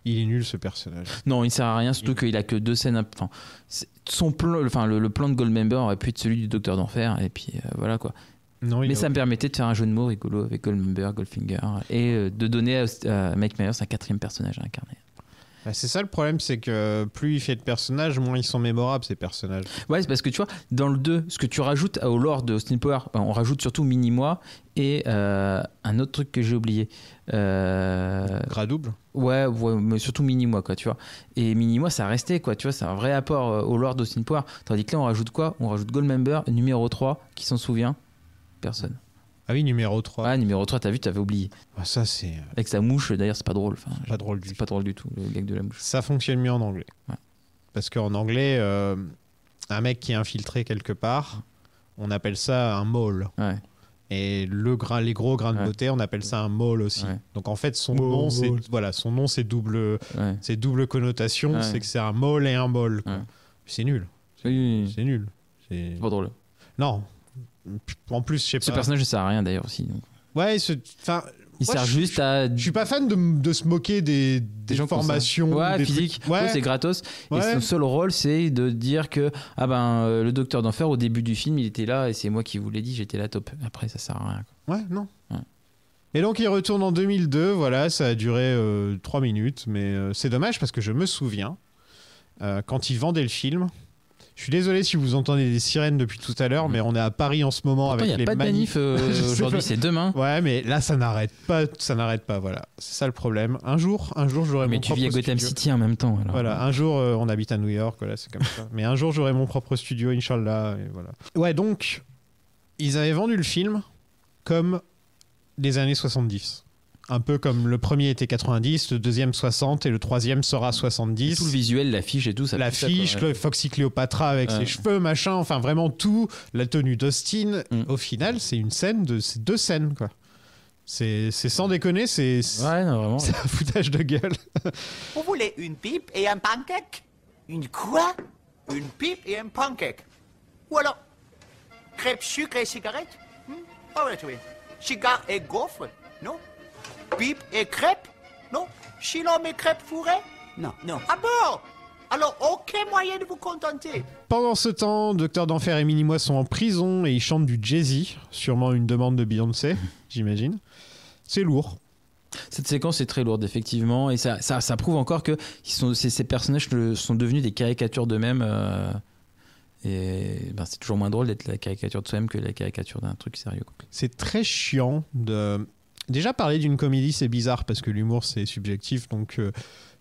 Il est nul ce personnage.
Non, il sert à rien, surtout qu'il a que deux scènes. à- Enfin, c'est- son plan, enfin le, le plan de Goldmember aurait pu être celui du Docteur d'Enfer, et puis euh, voilà quoi.
Non, il
Mais
a-
ça me permettait de faire un jeu de mots rigolo avec Goldmember, Goldfinger, et euh, de donner à, à Mike Myers un quatrième personnage à incarner.
Bah, c'est ça le problème, c'est que plus il fait de personnages, moins ils sont mémorables ces personnages.
Ouais, c'est parce que tu vois, dans le 2, ce que tu rajoutes au lore de Austin Power, ben, on rajoute surtout Minimois et euh, un autre truc que j'ai oublié. Euh,
Gras double.
Ouais, ouais, mais surtout mini moi quoi, tu vois. Et mini moi ça a resté quoi, tu vois, c'est un vrai apport euh, au lore d'Austin Power. Tandis que là on rajoute quoi On rajoute Goldmember numéro 3 qui s'en souvient Personne.
Ah oui, numéro 3.
Ah, numéro 3, t'as vu, t'avais oublié.
Ah, ça, c'est euh,
Avec sa mouche, d'ailleurs, c'est pas drôle. Enfin,
pas drôle du
c'est
tout.
pas drôle du tout, le gag de la mouche.
Ça fonctionne mieux en anglais.
Ouais.
Parce qu'en anglais, euh, un mec qui est infiltré quelque part, on appelle ça un mole.
Ouais.
Et le grain, les gros grains de
Ouais.
beauté, on appelle ça un mole aussi.
Ouais.
Donc en fait, son nom, c'est voilà, son nom, c'est double,
ouais.
c'est double connotation.
Ouais.
C'est que c'est un mole et un mole. quoi.
Ouais.
C'est nul.
Oui, oui, oui.
C'est nul. C'est-
C'est pas drôle.
Non. En plus, je sais
Ce
pas.
personnage ne sert à rien d'ailleurs aussi. donc.
Ouais, ce- enfin,
Il
Moi,
sert
je-
juste à.
je suis pas fan de, de se moquer des, des,
comme ça.
formations,
ouais,
des
physique,
trucs- Ouais.
Ouais, c'est gratos.
Ouais.
Et son seul rôle, c'est de dire que ah ben euh, le docteur d'enfer au début du film, il était là et c'est moi qui vous l'ai dit, j'étais là top. Après, ça sert à rien.
Ouais, non.
Ouais.
Et donc il retourne en 2002, voilà, ça a duré euh, trois minutes, mais euh, c'est dommage parce que je me souviens, euh, quand ils vendaient le film, je suis désolé si vous entendez des sirènes depuis tout à l'heure, mais on est à Paris en ce moment
Mm. Pourtant, il
avec
n'y
les
a pas de
manifs.
manif euh,
Je sais
aujourd'hui,
pas.
c'est demain.
Ouais, mais là ça n'arrête pas, ça n'arrête pas, voilà. C'est ça le problème. Un jour, un jour j'aurai
Mais
mon
tu
propre
vis à Gotham
studio.
City en même temps. alors.
Voilà, un jour euh, on habite à New York, voilà, c'est comme ça. Mais un jour j'aurai mon propre studio, Inch'Allah, et voilà. Ouais, donc ils avaient vendu le film comme des années 70. Un peu comme le premier était 90, le deuxième 60 et le troisième sera
Et tout le
70.
visuel, l'affiche et tout, ça fait ça, quoi,
L'affiche,
ouais.
Clo- Foxy Cléopatra avec
Ouais.
ses cheveux, machin, enfin vraiment tout, la tenue d'Austin.
Mm.
Au final, c'est une scène de. C'est deux scènes, quoi. C'est c'est sans déconner, c'est c'est
Ouais, non, vraiment.
un foutage de gueule.
On voulait une pipe et un pancake. Une quoi Une pipe et un pancake. Ou alors, crêpes, sucre et cigarette hmm Ah ouais, tu vois. Cigare et gaufre Non. Pipe et crêpes Non. Chilom et crêpes fourrées Non. Non. Ah bon Alors, aucun moyen de vous contenter.
Pendant ce temps, Docteur d'Enfer et Minimois sont en prison et ils chantent du Jay-Z, sûrement une demande de Beyoncé, j'imagine. C'est lourd.
Cette séquence est très lourde, effectivement, et ça, ça, ça prouve encore que ils sont, ces, ces personnages le- sont devenus des caricatures d'eux-mêmes. euh, et ben, c'est toujours moins drôle d'être la caricature de soi-même que la caricature d'un truc sérieux. quoi.
C'est très chiant de. Déjà, parler d'une comédie, c'est bizarre parce que l'humour, c'est subjectif. Donc, euh,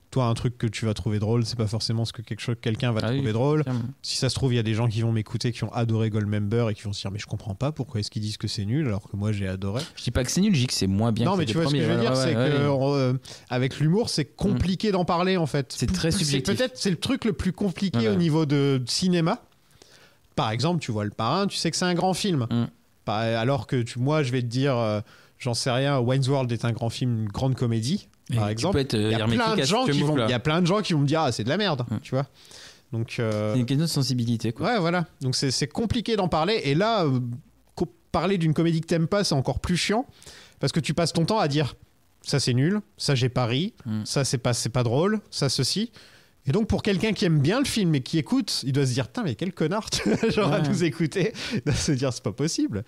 toi, un truc que tu vas trouver drôle, c'est pas forcément ce que quelque chose- quelqu'un va
Ah oui.
trouver drôle.
Tiens,
Si ça se trouve, il y a des gens qui vont m'écouter qui ont adoré Goldmember et qui vont se dire Mais je comprends pas pourquoi est-ce qu'ils disent que c'est nul alors que moi j'ai adoré.
Je dis pas que c'est nul, je dis que c'est moins bien.
non,
que
mais
les
tu vois ce que
premiers.
je veux
Ouais,
dire,
ouais,
c'est
ouais,
que
ouais.
euh, avec l'humour, c'est compliqué d'en parler en fait.
C'est très subjectif.
C'est peut-être c'est le truc le plus compliqué
Ouais,
au
ouais.
niveau de de cinéma. Par exemple, tu vois le Parrain, tu sais que c'est un grand film.
Mm.
Par- Alors que tu, moi, je vais te dire, euh, j'en sais rien, Wayne's World est un grand film, une grande comédie,
Et
par
tu
exemple.
peux être, euh,
Il y, a
hermétique
plein de
à ce
gens qui
que
vont,
là.
il y a plein de gens qui vont me dire, ah, c'est de la merde,
Mm.
tu vois. Donc, euh,
C'est une question de sensibilité, quoi.
ouais, voilà. Donc, c'est- c'est compliqué d'en parler. Et là, euh, co- parler d'une comédie que t'aimes pas, c'est encore plus chiant. Parce que tu passes ton temps à dire, ça c'est nul, ça j'ai pas ri,
Mm.
ça c'est pas, c'est pas drôle, ça ceci. Et donc, pour quelqu'un qui aime bien le film et qui écoute, il doit se dire, putain, mais quel connard, tu vois, genre à
Ouais.
nous écouter. Il doit se dire, c'est pas possible.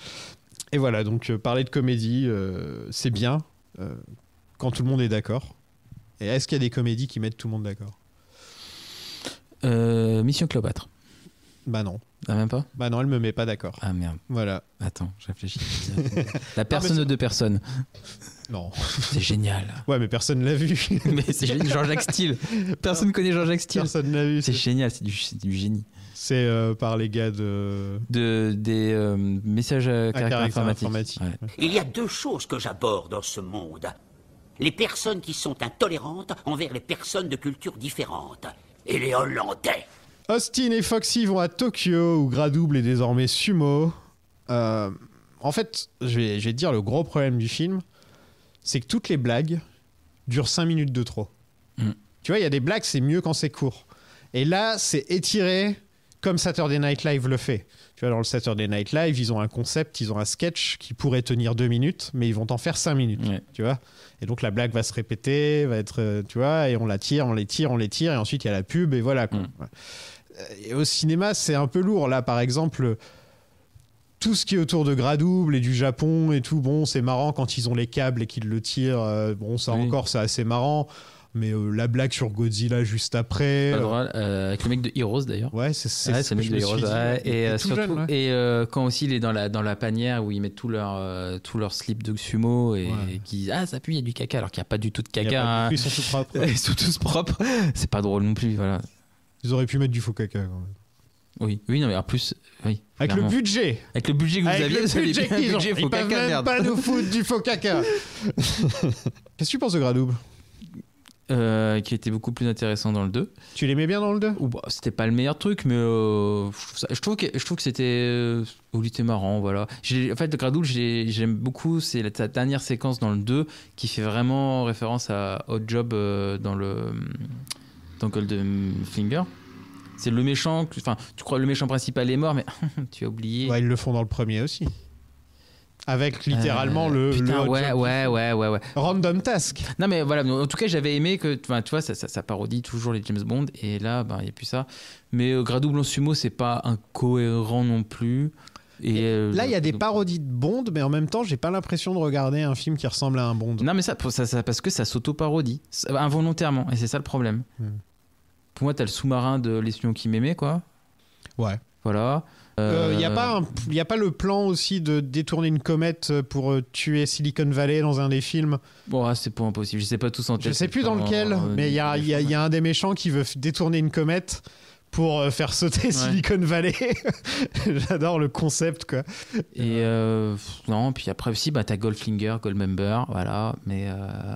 Et voilà, donc euh, parler de comédie, euh, c'est bien euh, quand tout le monde est d'accord. Et est-ce qu'il y a des comédies qui mettent tout le monde d'accord
Euh, Mission Cléopâtre.
Bah non.
Ah, même pas
Bah non, elle me met pas d'accord.
Ah merde.
Voilà.
Attends, je réfléchis. La personne de deux personnes.
Non.
C'est génial.
Ouais, mais personne l'a vu.
Mais c'est génial. Jean-Jacques Steele. Personne connaît Jean-Jacques Steele.
Personne l'a vu.
C'est génial, c'est du, c'est du génie.
C'est euh, par les gars de.
De, des euh, messages à caractère
Ah, caractère
informatique.
informatique.
Ouais.
Il y a deux choses que j'aborde dans ce monde. Les personnes qui sont intolérantes envers les personnes de cultures différentes. Et les Hollandais.
Austin et Foxy vont à Tokyo où Gradouble est désormais sumo. Euh, en fait, je vais, je vais te dire le gros problème du film, c'est que toutes les blagues durent 5 minutes de trop.
Mm.
Tu vois, il y a des blagues, c'est mieux quand c'est court. Et là, c'est étiré comme Saturday Night Live le fait. Tu vois, dans le Saturday Night Live, ils ont un concept, ils ont un sketch qui pourrait tenir 2 minutes, mais ils vont en faire 5 minutes.
Ouais.
Tu vois Et donc la blague va se répéter, va être, euh, tu vois, et on la tire, on les tire, on les tire, et ensuite il y a la pub, et voilà. quoi.
Mm.
Ouais. Et au cinéma, c'est un peu lourd. Là, par exemple, tout ce qui est autour de Gradouble et du Japon et tout, bon, c'est marrant quand ils ont les câbles et qu'ils le tirent. euh, bon, ça
Oui.
encore, c'est assez marrant. Mais euh, la blague sur Godzilla juste après.
Pas
euh,
drôle, euh, avec le mec de Heroes d'ailleurs.
ouais, c'est c'est
Ouais,
ce
c'est
que
le mec
je
de
me suis
Heroes.
dit.
ouais.
Il
et euh,
est tout jeune,
surtout,
ouais.
et euh, quand aussi il est dans la, dans la panière où ils mettent tout leur, euh, tout leur slip de sumo et,
Ouais.
et qui disent Ah, ça pue, il y a du caca, alors qu'il n'y a pas du tout de
Il y a
caca.
pas
hein.
de- Ils sont tout propres.
Ils sont tous propres. C'est pas drôle non plus, voilà.
Ils auraient pu mettre du faux caca. quand même.
Oui, oui, non, mais en plus, oui.
Avec
clairement.
le budget.
Avec le budget que vous
Avec
aviez, vous
le
aviez
budget
bien
qu'ils
un
ont.
budget,
Ils
faut
peuvent
caca,
même
merde.
pas nous foutre du faux caca. Qu'est-ce que tu penses de Gradouble
Euh, qui était beaucoup plus intéressant dans le 2.
Tu l'aimais bien dans le 2
Ou bah, c'était pas le meilleur truc, mais euh, je, trouve ça- je trouve que je trouve que c'était, euh, oh, il était marrant, voilà. J'ai- En fait, le Gradoul, j'ai- j'aime beaucoup. C'est la ta dernière séquence dans le 2 qui fait vraiment référence à Hot Job euh, dans le dans Goldfinger. C'est le méchant, que- enfin, tu crois le méchant principal est mort, mais tu as oublié.
Ouais, ils le font dans le premier aussi. Avec littéralement
Euh,
le,
putain,
le-
ouais, ouais, ouais, ouais, ouais.
random task.
Non mais voilà, en tout cas j'avais aimé que, enfin, tu vois, ça, ça- ça parodie toujours les James Bond et là, ben il n'y a plus ça. Mais euh, Gradouble en sumo, c'est pas incohérent non plus. Et, euh,
Là, il y a des
donc-
parodies de Bond, mais en même temps, j'ai pas l'impression de regarder un film qui ressemble à un Bond.
Non mais ça, pour- ça, ça- parce que ça s'auto-parodie ça- involontairement et c'est ça le problème.
Hmm.
Pour moi, t'as le sous-marin de Les Lions qui m'aimaient quoi.
Ouais.
Voilà.
Euh,
Euh,
Il n'y a, pas un- y a pas le plan aussi de détourner une comète pour euh, tuer Silicon Valley dans un des films.
Bon, ah, c'est pas impossible. Je sais pas tous en tête.
Je sais plus dans
Enfin,
lequel,
euh,
mais il y a,
des
y a-
choses.
y a un des méchants qui veut f- détourner une comète pour euh, faire sauter Silicon Valley. J'adore le concept, quoi.
Et euh, pff, non, puis après aussi, bah, t'as Goldfinger, Goldmember, voilà, mais. euh,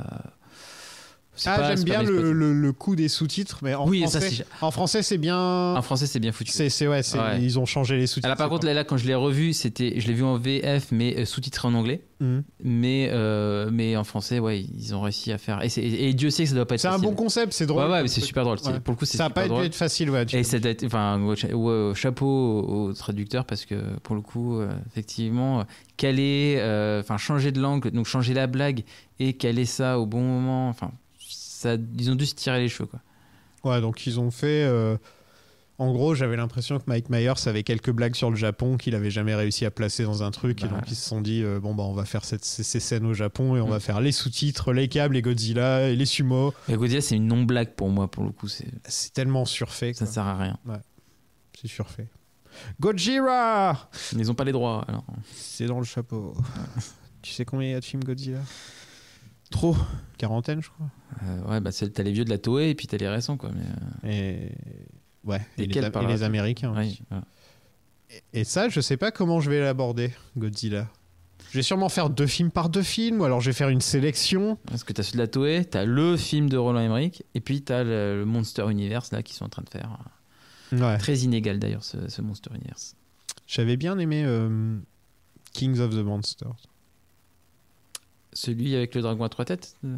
c'est
Ah,
pas-
j'aime
c'est pas
bien
mes
le,
spots.
le- le coup des sous-titres, mais en
Oui, ça,
français,
si j'ai-
en français c'est bien.
En français, c'est bien foutu.
C'est, c'est- ouais, c'est-
Ouais.
ils ont changé les sous-titres.
Alors, par contre, là, là, quand je l'ai revu, c'était, je l'ai vu en VF, mais euh, sous-titré en anglais.
Mhm.
Mais, euh, mais en français, ouais, ils ont réussi à faire. Et, c'est- et Dieu sait que ça doit pas être.
c'est un
facile.
bon concept, c'est drôle.
Ouais, ouais, mais c'est super drôle. C'est-
Ouais.
Pour le coup, c'est
ça n'a
super
pas dû
drôle.
être facile, ouais. tu-
Et ça doit être- enfin, ouais, cha- ouais, ouais, chapeau au, au traducteur parce que pour le coup, euh, effectivement, euh, caler, euh, enfin changer de langue, donc changer la blague et caler ça au bon moment, enfin, ça, ils ont dû se tirer les cheveux quoi.
Ouais, donc ils ont fait. euh, En gros, j'avais l'impression que Mike Myers avait quelques blagues sur le Japon qu'il avait jamais réussi à placer dans un truc. et
Bah.
donc ils se sont dit euh, bon, bah, on va faire cette- ces, ces scènes au Japon et on
Mm.
va faire les sous-titres, les câbles, les Godzilla et les sumo.
Et Godzilla, c'est une non blague pour moi pour le coup, c'est,
C'est tellement surfait.
ça
quoi.
ne sert à rien.
C'est surfait. Godzilla
Ils ont pas les droits alors.
C'est dans le chapeau. tu sais combien il y a de films Godzilla
Trop.
Quarantaine, je crois.
ouais, bah c'est- t'as les vieux de la Toei et puis t'as les récents quoi. Mais, euh,
Et. Ouais, et les,
Lesquels,
Am-
par
et
là,
les
tu-
Américains.
ouais,
aussi.
voilà.
Et ça, je sais pas comment je vais l'aborder, Godzilla. Je vais sûrement faire deux films par deux films, ou alors je vais faire une sélection.
Parce que t'as ceux de la Toei, t'as le film de Roland Emmerich et puis t'as le, le Monster Universe là qu'ils sont en train de faire.
Ouais.
Très inégal d'ailleurs ce, ce Monster Universe.
J'avais bien aimé euh, Kings of the Monsters.
Celui avec le dragon à trois têtes euh,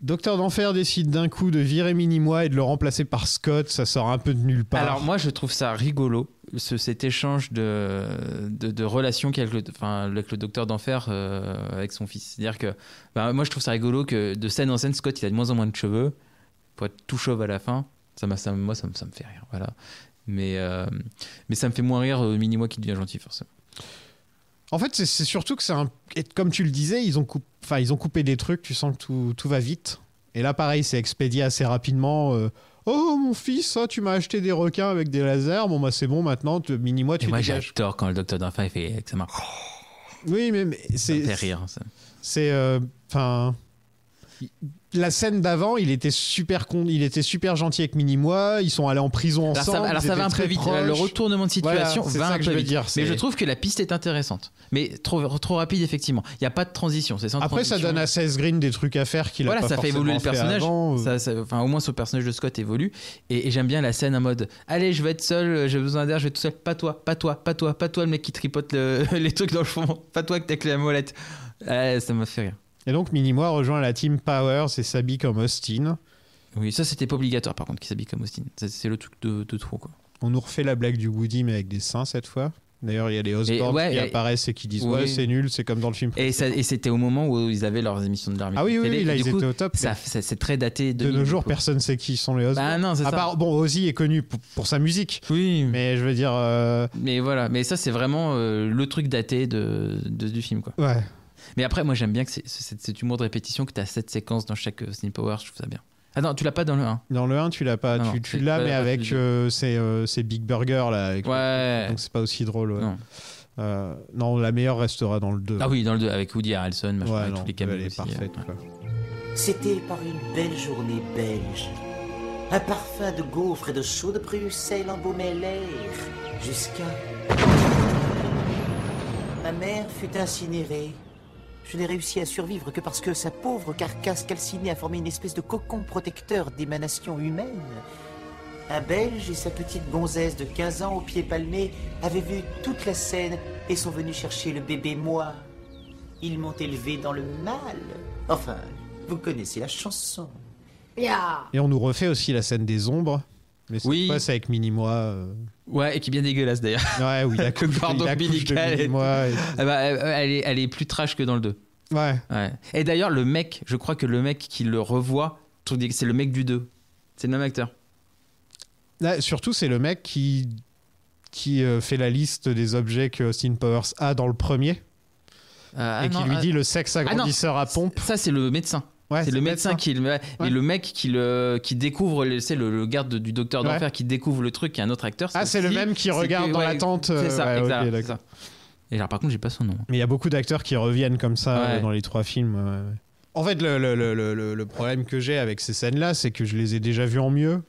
Docteur d'Enfer décide d'un coup de virer Minimois et de le remplacer par Scott. Ça sort un peu de nulle part.
Alors moi je trouve ça rigolo, ce, cet échange de, de, de relations qu'il y a avec le, enfin, avec le docteur d'enfer euh, avec son fils. C'est-à-dire que bah, moi je trouve ça rigolo que de scène en scène, Scott il a de moins en moins de cheveux pour être tout chauve à la fin. Ça, m'a- ça, moi ça, me- ça me fait rire, voilà. Mais, euh, mais ça me fait moins rire euh, Minimois qui devient gentil forcément.
En fait, c'est- c'est surtout que c'est un. et Comme tu le disais, ils ont, coup- enfin, ils ont coupé des trucs, tu sens que tout, tout va vite. Et là, pareil, c'est expédié assez rapidement. euh, oh, mon fils, ah, tu m'as acheté des requins avec des lasers. Bon, bah, c'est bon maintenant, tu- mini-moi,
Et
tu
moi,
dégages.
j'adore quand le docteur d'enfant il fait que ça m'a
Oui, mais, mais c'est.
fait rire. ça.
C'est. euh, Enfin. il- la scène d'avant, il était super con, il était super gentil avec Minimois. Ils sont allés en prison
Alors
ensemble.
ça, alors
ils
ça
étaient
va un peu
très
vite.
proches.
Le retournement de
Voilà,
situation
c'est
va
ça
un
que
peu
je veux
vite.
dire,
Mais
c'est-
je trouve que la piste est intéressante. Mais trop, trop rapide, effectivement. Il n'y a pas de transition. C'est sans
Après, ça
transition.
donne à 16 Green des trucs à faire qu'il a
voilà,
pas
ça fait évoluer le
forcément
personnage.
avant, euh.
Ça- ça- enfin, au moins, ce personnage de Scott évolue. Et, et j'aime bien la scène en mode Allez, je vais être seul, euh, j'ai besoin d'air, je vais être tout seul. Pas toi, pas toi, pas toi, pas toi, le mec qui tripote le- les trucs dans le fond. Pas toi que t'as clé la molette. Euh, ça m'a fait rire.
Et donc Minimois rejoint la team Power et s'habille comme Austin.
Oui, ça, c'était pas obligatoire, par contre, qu'il s'habille comme Austin. Ça, C'est le truc de, de trop, quoi.
On nous refait la blague du Woody mais avec des seins cette fois. D'ailleurs, il y a les Osborne
ouais,
qui
et-
apparaissent et qui disent
Oui.
ouais c'est nul, c'est comme dans le film.
Et, ça- et c'était au moment où ils avaient leurs émissions de l'armée.
Ah oui, oui, oui, là, ils étaient au
top. Ça, ça- c'est très daté.
De
2000,
nos
du
jours,
coup.
personne sait qui sont les Osborne.
Bah non, c'est
à
ça.
part bon, Ozzy est connu pour, pour sa musique.
Oui.
Mais je veux dire. euh,
Mais voilà, mais ça, c'est vraiment euh, le truc daté de, de- du film, quoi.
Ouais.
Mais après, moi, j'aime bien que c'est c'est- c'est cet humour de répétition, que tu as cette séquence dans chaque euh, Snip Power, je trouve ça bien. Ah non, tu l'as pas dans le 1.
Dans le 1, tu l'as pas,
Non,
tu, tu
c'est
l'as,
pas-
mais
pas
avec
celui-là.
euh, ces, euh, ces Big Burger là. avec-
Ouais.
Donc c'est pas aussi drôle. ouais.
Non.
Euh, non, la meilleure restera dans le 2.
Ah oui, dans le 2, avec Woody Harrelson, machin,
Ouais,
avec
non,
tous les caméos
elle est
aussi,
parfaite,
euh, ouais.
quoi.
C'était par une belle journée belge. Un parfum de gaufres et de chaux de Bruxelles embaumait l'air jusqu'à. Ma mère fut incinérée. Je n'ai réussi à survivre que parce que sa pauvre carcasse calcinée a formé une espèce de cocon protecteur d'émanation humaine. Un Belge et sa petite gonzesse de 15 ans aux pieds palmés avaient vu toute la scène et sont venus chercher le bébé moi. Ils m'ont élevé dans le mal. Enfin, vous connaissez la chanson.
Et on nous refait aussi la scène des ombres. Mais cette fois, c'est avec Minimois. euh.
Ouais, et qui est bien dégueulasse d'ailleurs.
Ouais, oui, la couche,
le cordon
la couche de
ombilical. et-
Minimois et-
Ah bah, euh, elle, est, elle est plus trash que dans le 2.
Ouais.
Et d'ailleurs, le mec, je crois que le mec qui le revoit, je trouve que c'est le mec du 2. C'est le même acteur.
Là, surtout, c'est le mec qui, qui euh, fait la liste des objets que Austin Powers a dans le premier.
Euh, ah
et qui
non,
lui
ah-
dit le sexe
Ah non,
agrandisseur à pompe.
Ça, c'est le médecin.
c'est
c'est le
le
médecin,
médecin.
qui le ouais,
Ouais.
et le mec qui le qui découvre le- c'est le, le garde du docteur
Ouais.
d'enfer qui découvre le truc et un autre acteur
Ah, c'est le
aussi-
même qui
c'est
regarde
que-
dans
ouais,
la tente.
c'est
euh,
ça
ouais, ok,
exact,
d'accord.
Et alors, par contre, j'ai pas son nom.
Mais il y a beaucoup d'acteurs qui reviennent comme ça
Ouais.
euh, dans les trois films. ouais, ouais. En fait, le, le- le- le- le problème que j'ai avec ces scènes-là, c'est que je les ai déjà vues en mieux.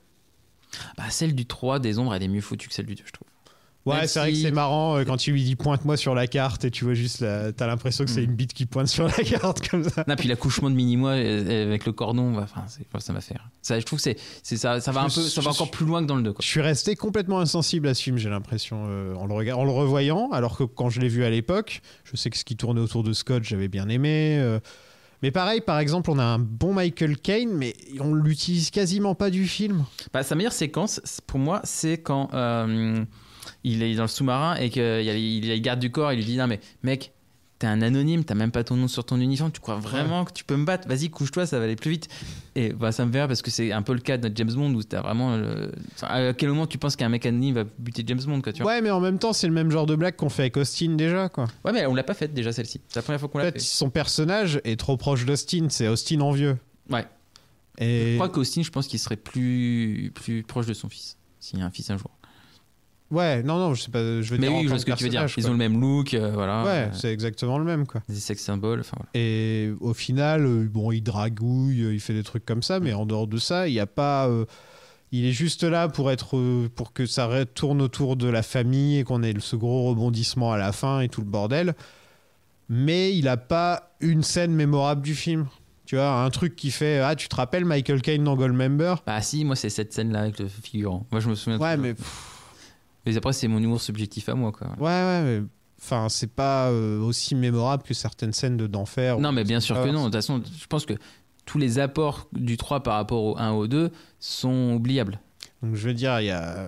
Bah, celle du 3 des ombres elle est mieux foutue que celle du 2 je trouve
Ouais,
Même
c'est vrai que
si-
c'est marrant euh, quand tu lui dis pointe-moi sur la carte et tu vois juste, la... t'as l'impression que c'est
Hmm.
une bite qui pointe sur la carte comme ça.
non, puis l'accouchement de Minimois euh, avec le cordon bah, enfin c'est- ça m'a fait rire. ça je trouve que c'est c'est ça ça va un peu
Je-
ça va
je-
encore plus loin que dans le 2 quoi.
Je suis resté complètement insensible à ce film, j'ai l'impression, euh, en, le rega- en le revoyant, alors que quand je l'ai vu à l'époque, je sais que ce qui tournait autour de Scott, j'avais bien aimé. euh. Mais pareil, par exemple, on a un bon Michael Caine, mais on l'utilise quasiment pas du film.
Bah, sa meilleure séquence, c- pour moi, c'est quand euh, il est dans le sous-marin et qu'il y a, les- il y a les gardes du corps et il lui dit Non, mais mec, t'es un anonyme, t'as même pas ton nom sur ton uniforme, tu crois vraiment que tu peux me battre Vas-y, couche-toi, ça va aller plus vite. Et bah, ça me fait rire parce que c'est un peu le cas de notre James Bond où t'as vraiment. le- enfin, à quel moment tu penses qu'un mec anonyme va buter James Bond quoi, tu vois
Ouais, mais en même temps, c'est le même genre de blague qu'on fait avec Austin déjà, quoi.
Ouais, mais on l'a pas faite déjà celle-ci. C'est la première fois qu'on
En
l'a
fait,
faite.
son personnage est trop proche d'Austin, c'est Austin en vieux.
Ouais.
Et...
Je crois qu'Austin, je pense qu'il serait plus, plus proche de son fils, s'il y a un fils un jour.
Ouais, non, non, je sais pas, je veux
Mais
dire.
oui,
en
je
tant
vois ce que tu veux dire.
personnage,
Ils
quoi.
ont le même look, euh, voilà.
Ouais,
Euh,
c'est exactement le même, quoi.
des sex symboles, enfin voilà.
Et au final, euh, bon, il dragouille, euh, il fait des trucs comme ça, mais en dehors de ça, il n'y a pas. euh, il est juste là pour être, euh, pour que ça re- tourne autour de la famille et qu'on ait le- ce gros rebondissement à la fin et tout le bordel. Mais il n'a pas une scène mémorable du film. Tu vois, un truc qui fait ah, tu te rappelles Michael Caine dans Goldmember
Bah si, moi c'est cette scène-là avec le figurant. Moi je me souviens.
Ouais, mais Ah
Mais après c'est mon humour subjectif à moi quoi.
ouais, ouais, mais enfin, c'est pas euh, aussi mémorable que certaines scènes de d'enfer.
Non
ou-
mais bien sûr que
Ah,
non. De toute façon, je pense que tous les apports du 3 par rapport au 1 au 2 sont oubliables.
Donc je veux dire, il y a,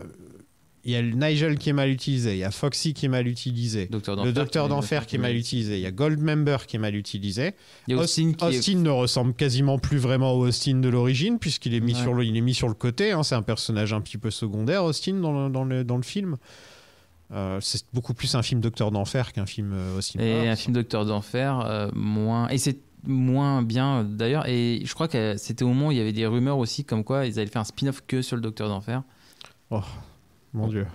il y a le Nigel qui est mal utilisé, il y a Foxy qui est mal utilisé, le
d'Enfer
Docteur
qui est-
d'Enfer qui est mal utilisé, il y a Goldmember qui est mal utilisé.
Il y a Austin qui est-
Austin ne ressemble quasiment plus vraiment au Austin de l'origine puisqu'il est mis
Ouais.
sur le, il est mis sur le côté. hein, c'est un personnage un petit peu secondaire, Austin dans le, dans le, dans le film. Euh, c'est beaucoup plus un film Docteur d'Enfer qu'un film euh, au cinéma.
Et un film Docteur d'Enfer, euh, moins. Et c'est moins bien d'ailleurs. Et je crois que c'était au moment où il y avait des rumeurs aussi comme quoi ils allaient faire un spin-off que sur le Docteur d'Enfer.
Oh, mon Dieu.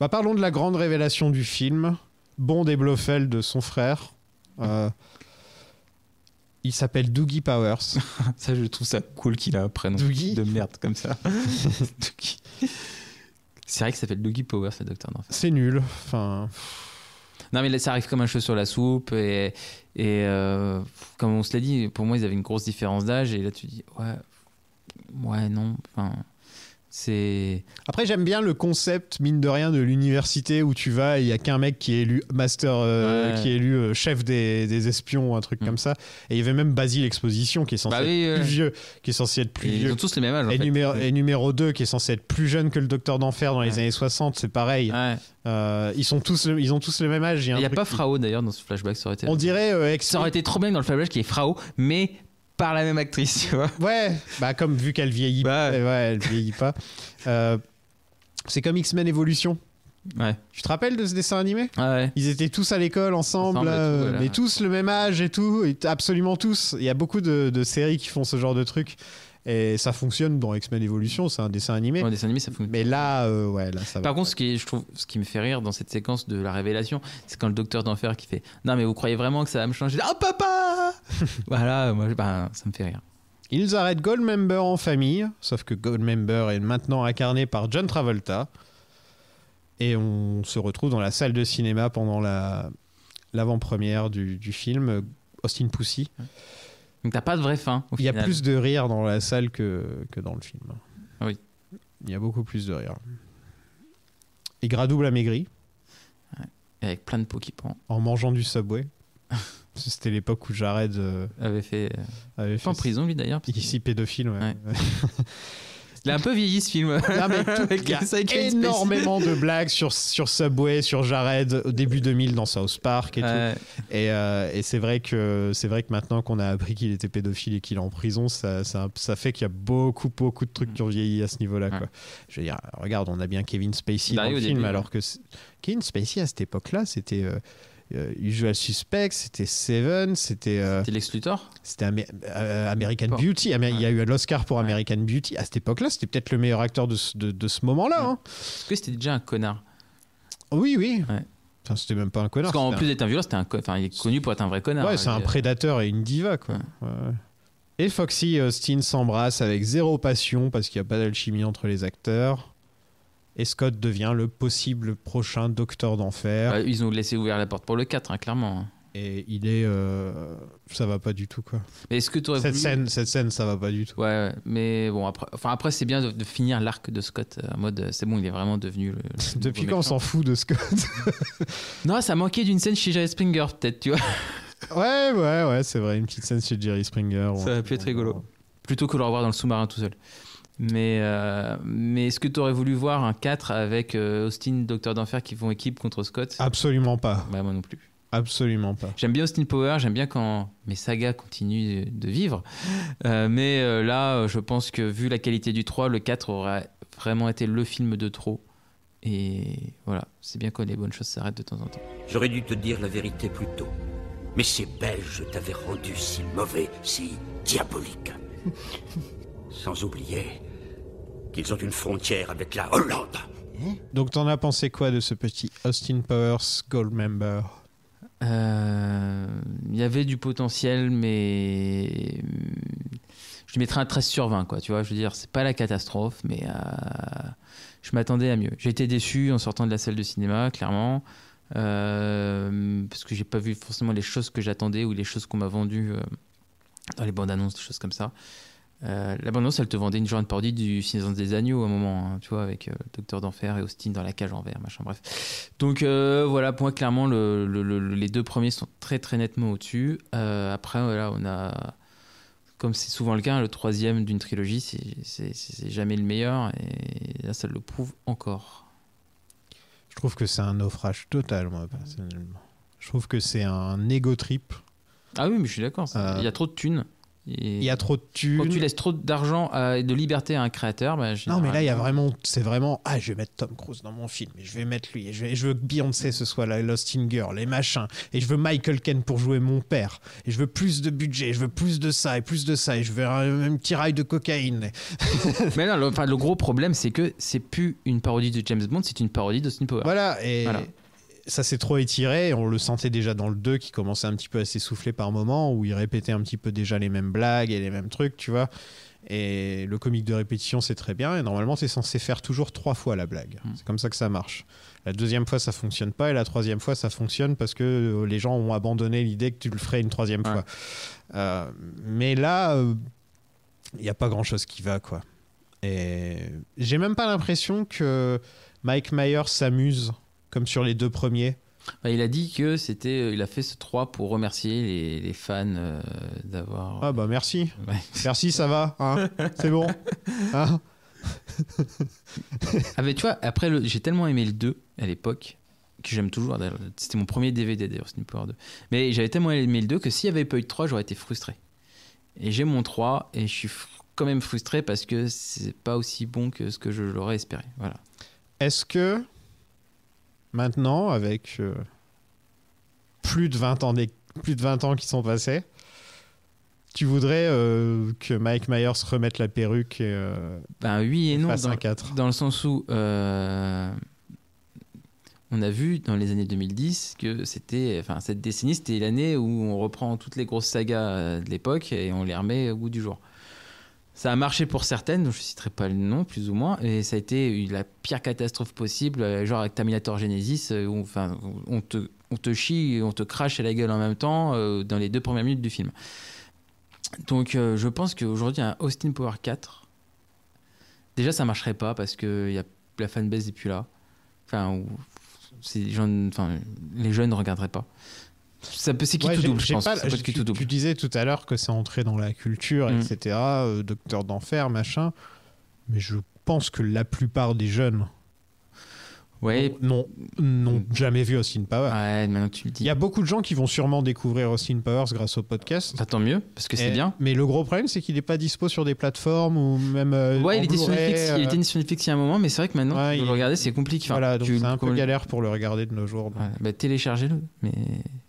Bah, parlons de la grande révélation du film. Bond et Blofeld de son frère. Euh, il s'appelle Doogie Powers.
ça, je trouve ça cool qu'il a un prénom
Doogie.
de merde comme ça. Doogie. C'est vrai qu'il s'appelle Doogie Powers, le Docteur d'Enfer.
C'est nul. Enfin,
Non, mais là, ça arrive comme un cheveu sur la soupe. Et, et euh, comme on se l'a dit, pour moi, ils avaient une grosse différence d'âge. Et là, tu dis, ouais, ouais, non. Enfin, c'est.
Après, j'aime bien le concept, mine de rien, de l'université où tu vas et il n'y a qu'un mec qui est élu master, euh,
Ouais. Mm.
qui est élu euh, chef des, des espions ou un truc comme ça. Et il y avait même Basile Exposition qui est censé
Bah oui,
être plus
ouais.
vieux, qui est censé être plus
Ils
vieux.
ont tous le même âge. en
Et
fait.
numéro, et numéro 2 qui est censé être plus jeune que le Docteur d'Enfer dans les
Ouais.
années 60, c'est pareil.
Ouais.
Euh, ils, sont tous le- ils ont tous le même âge.
Il
un
n'y a
truc
pas
qui-
Frao d'ailleurs dans ce flashback. Ça aurait été,
On dirait euh, ex-
ça aurait été trop bien dans le flashback qui est Frao, mais par la même actrice, tu vois.
Ouais, bah comme vu qu'elle vieillit pas, ouais, elle vieillit pas. Euh, c'est comme X-Men Evolution.
Ouais.
Tu te rappelles de ce dessin animé
ouais.
Ils étaient tous à l'école ensemble,
Ensemble et
euh,
tout, voilà.
mais tous le même âge et tout, et t- absolument tous. Il y a beaucoup de, de séries qui font ce genre de trucs. Et ça fonctionne dans X-Men Evolution, c'est un dessin animé.
Dans le dessin animé, ça fonctionne.
Mais là, euh, ouais, là, ça va.
Par contre, ce qui, je trouve, ce qui me fait rire dans cette séquence de la révélation, c'est quand le docteur d'enfer qui fait Non, mais vous croyez vraiment que ça va me changer Ah, papa Voilà, moi, je- ben, ça me fait rire.
Ils arrêtent Goldmember en famille, sauf que Goldmember est maintenant incarné par John Travolta. Et on se retrouve dans la salle de cinéma pendant la l'avant-première du, du film euh, Austin Pussy.
Donc, t'as pas de vraie fin. au
Il y a
final.
plus de rire dans la salle que, que dans le film.
Ah oui.
Il y a beaucoup plus de rire. Et Gradouble amaigri
Avec plein de peaux qui pendent.
en mangeant du Subway. C'était l'époque où Jared euh,
Avait fait. euh,
avait fait
en prison, lui d'ailleurs. parce que-
ici pédophile. ouais.
Il a un peu vieilli ce film.
Non, mais tout-
Avec
il y a
Kevin Spacey.
énormément de blagues sur, sur Subway, sur Jared, au début 2000 dans South Park et
Ouais.
tout. Et, euh, et c'est vrai que c'est vrai que maintenant qu'on a appris qu'il était pédophile et qu'il est en prison, ça, ça, ça fait qu'il y a beaucoup beaucoup de trucs qui
Mm.
ont vieilli à ce niveau-là. quoi. Je veux dire, regarde, on a bien Kevin Spacey
Bah
dans
oui,
le
au
film,
début,
alors que c'est- Kevin Spacey à cette époque-là, c'était euh, euh, Usual Suspect, c'était Seven, c'était euh,
C'était Lex Luthor
c'était Amé- euh, American
Pas.
Beauty. Amé- Il y a eu l'Oscar pour American Beauty. À cette époque-là, c'était peut-être le meilleur acteur de ce, de- de ce moment-là. hein.
Parce que c'était déjà un connard.
Oui, oui.
Ouais.
Enfin, c'était même pas un connard.
Parce qu'en
c'était
plus
un-
d'être un violeur, c'était un co- enfin, il est connu pour être un vrai connard.
Ouais, c'est un
Euh,
prédateur et une diva, quoi. Ouais, ouais. Et Foxy et Austin s'embrassent avec zéro passion parce qu'il n'y a pas d'alchimie entre les acteurs. Et Scott devient le possible prochain docteur d'enfer.
bah, ils ont laissé ouvert la porte pour le 4, hein, clairement.
Et il est. euh, Ça va pas du tout, quoi.
Mais est-ce que tu aurais
Cette
voulu-
scène, cette scène, ça va pas du tout.
Ouais, ouais, mais bon, après, enfin, après c'est bien de, de finir l'arc de Scott euh, en mode euh, c'est bon, il est vraiment devenu le. le
Depuis
nouveau
quand on s'en
méchant.
fout de Scott
Non, ça manquait d'une scène chez Jerry Springer, peut-être, tu vois.
Ouais, ouais, ouais, c'est vrai. Une petite scène chez Jerry Springer.
Ça
ouais.
aurait pu être rigolo. Plutôt que le revoir dans le sous-marin tout seul. Mais, euh, mais est-ce que tu aurais voulu voir un 4 avec euh, Austin, Docteur d'Enfer qui font équipe contre Scott
Ah. Absolument pas.
Bah, moi non plus.
Absolument pas.
J'aime bien Austin Power, j'aime bien quand mes sagas continuent de vivre. Euh, mais euh, là, euh, je pense que vu la qualité du 3, le 4 aura vraiment été le film de trop. Et voilà, c'est bien quand les bonnes choses s'arrêtent de temps en temps.
J'aurais dû te dire la vérité plus tôt. Mais ces Belges t'avaient rendu si mauvais, si diabolique. Sans oublier qu'ils ont une frontière avec la Hollande.
Donc, t'en as pensé quoi de ce petit Austin Powers Goldmember
Euh, Il y avait du potentiel, mais euh, je lui mettrais un 13 sur 20, quoi. Tu vois, je veux dire, c'est pas la catastrophe, mais euh, je m'attendais à mieux. J'ai été déçu en sortant de la salle de cinéma, clairement, euh, parce que j'ai pas vu forcément les choses que j'attendais ou les choses qu'on m'a vendues euh, dans les bandes annonces, des choses comme ça. Euh, la bande annonce, elle te vendait une journée de parodie du Silence des Agneaux à un moment, hein, tu vois, avec euh, le Docteur d'Enfer et Austin dans la cage en verre, machin, bref. Donc euh, voilà, pour moi, clairement, le- le- le- les deux premiers sont très très nettement au-dessus. Euh, après, voilà, on a, comme c'est souvent le cas, le troisième d'une trilogie, c'est- c'est c'est- c'est jamais le meilleur, et là, ça le prouve encore.
Je trouve que c'est un naufrage total, moi, personnellement. Je trouve que c'est un ego trip.
Ah oui, mais je suis d'accord, ça-
Euh,
il y a trop de thunes. Et
Il y a trop de thunes.
Quand tu laisses trop d'argent à- et de liberté à un créateur, bah,
Non, mais là, il y a
généralement-
vraiment. C'est vraiment. Ah, je vais mettre Tom Cruise dans mon film. Et je vais mettre lui. Et je, vais- je veux que Beyoncé, ce soit la Lost in Girl, les machins. Et je veux Michael Ken pour jouer mon père. Et je veux plus de budget. Je veux plus de ça et plus de ça. Et je veux un, un petit rail de cocaïne.
mais non, le, enfin, le gros problème, c'est que c'est plus une parodie de James Bond, c'est une parodie de Powers.
Voilà, et
Voilà.
ça s'est trop étiré. On le sentait déjà dans le 2 qui commençait un petit peu à s'essouffler par moments, où il répétait un petit peu déjà les mêmes blagues et les mêmes trucs, tu vois. Et le comique de répétition, c'est très bien. Et normalement, c'est censé faire toujours trois fois la blague. C'est comme ça que ça marche. La deuxième fois, ça fonctionne pas. Et la troisième fois, ça fonctionne parce que euh, les gens ont abandonné l'idée que tu le ferais une troisième fois. Euh, mais là, euh, il n'y a pas grand chose qui va quoi. Et j'ai même pas l'impression que Mike Myers s'amuse comme sur les deux premiers.
Bah, il a dit que c'était, euh, il a fait ce 3 pour remercier les, les fans euh, d'avoir.
Ah bah merci. Merci, ça va. hein. C'est bon. Hein
Ah, mais tu vois, après, le- j'ai tellement aimé le 2 à l'époque que j'aime toujours. d'ailleurs. C'était mon premier DVD d'ailleurs, Snoop Power 2. Mais j'avais tellement aimé le 2 que s'il n'y avait pas eu le 3, j'aurais été frustré. Et j'ai mon 3 et je suis fr- quand même frustré parce que c'est pas aussi bon que ce que je l'aurais espéré. Voilà.
Est-ce que maintenant, avec euh, plus de 20 ans d'é- plus de 20 ans qui sont passés, tu voudrais euh, que Mike Myers remette la perruque et, euh,
Ben oui et non.
fasse
dans,
un 4
dans le sens où euh, on a vu dans les années 2010 que c'était, enfin cette décennie, c'était l'année où on reprend toutes les grosses sagas euh, de l'époque et on les remet au goût du jour. Ça a marché pour certaines, dont je ne citerai pas le nom, plus ou moins, et ça a été la pire catastrophe possible, euh, genre avec Terminator Genesis, euh, où enfin, on, te, on te chie, et on te crache à la gueule en même temps euh, dans les deux premières minutes du film. Donc euh, je pense qu'aujourd'hui, un Austin Power 4, déjà ça marcherait pas parce que y a, la fanbase n'est plus là. Enfin, ou- c'est les, jeunes, enfin, les jeunes ne regarderaient pas. Ça peut, c'est qui
Ouais,
tout
j'ai-
double,
j'ai
je pense.
pas-
Ça peut être qui
tu,
tout double.
tu disais tout à l'heure que c'est entré dans la culture,
Mm.
etc. euh, Docteur d'enfer, machin. Mais je pense que la plupart des jeunes
Ouais.
n'ont n'ont jamais vu Austin Powers.
Ouais, maintenant tu le dis.
Il y a beaucoup de gens qui vont sûrement découvrir Austin Powers grâce au podcast.
Bah, tant mieux, parce que c'est
Et-
bien.
Mais le gros problème, c'est qu'il n'est pas dispo sur des plateformes ou même. euh,
Ouais,
en
il était, sur
Blu-ray,
Netflix,
euh,
il était sur Netflix il y a un moment, mais c'est vrai que maintenant,
Ouais,
de
il-
le regarder, c'est compliqué. Enfin,
Voilà, donc
tu-
c'est un peu
comment-
galère pour le regarder de nos jours. donc.
Ouais, bah, téléchargez-le, mais,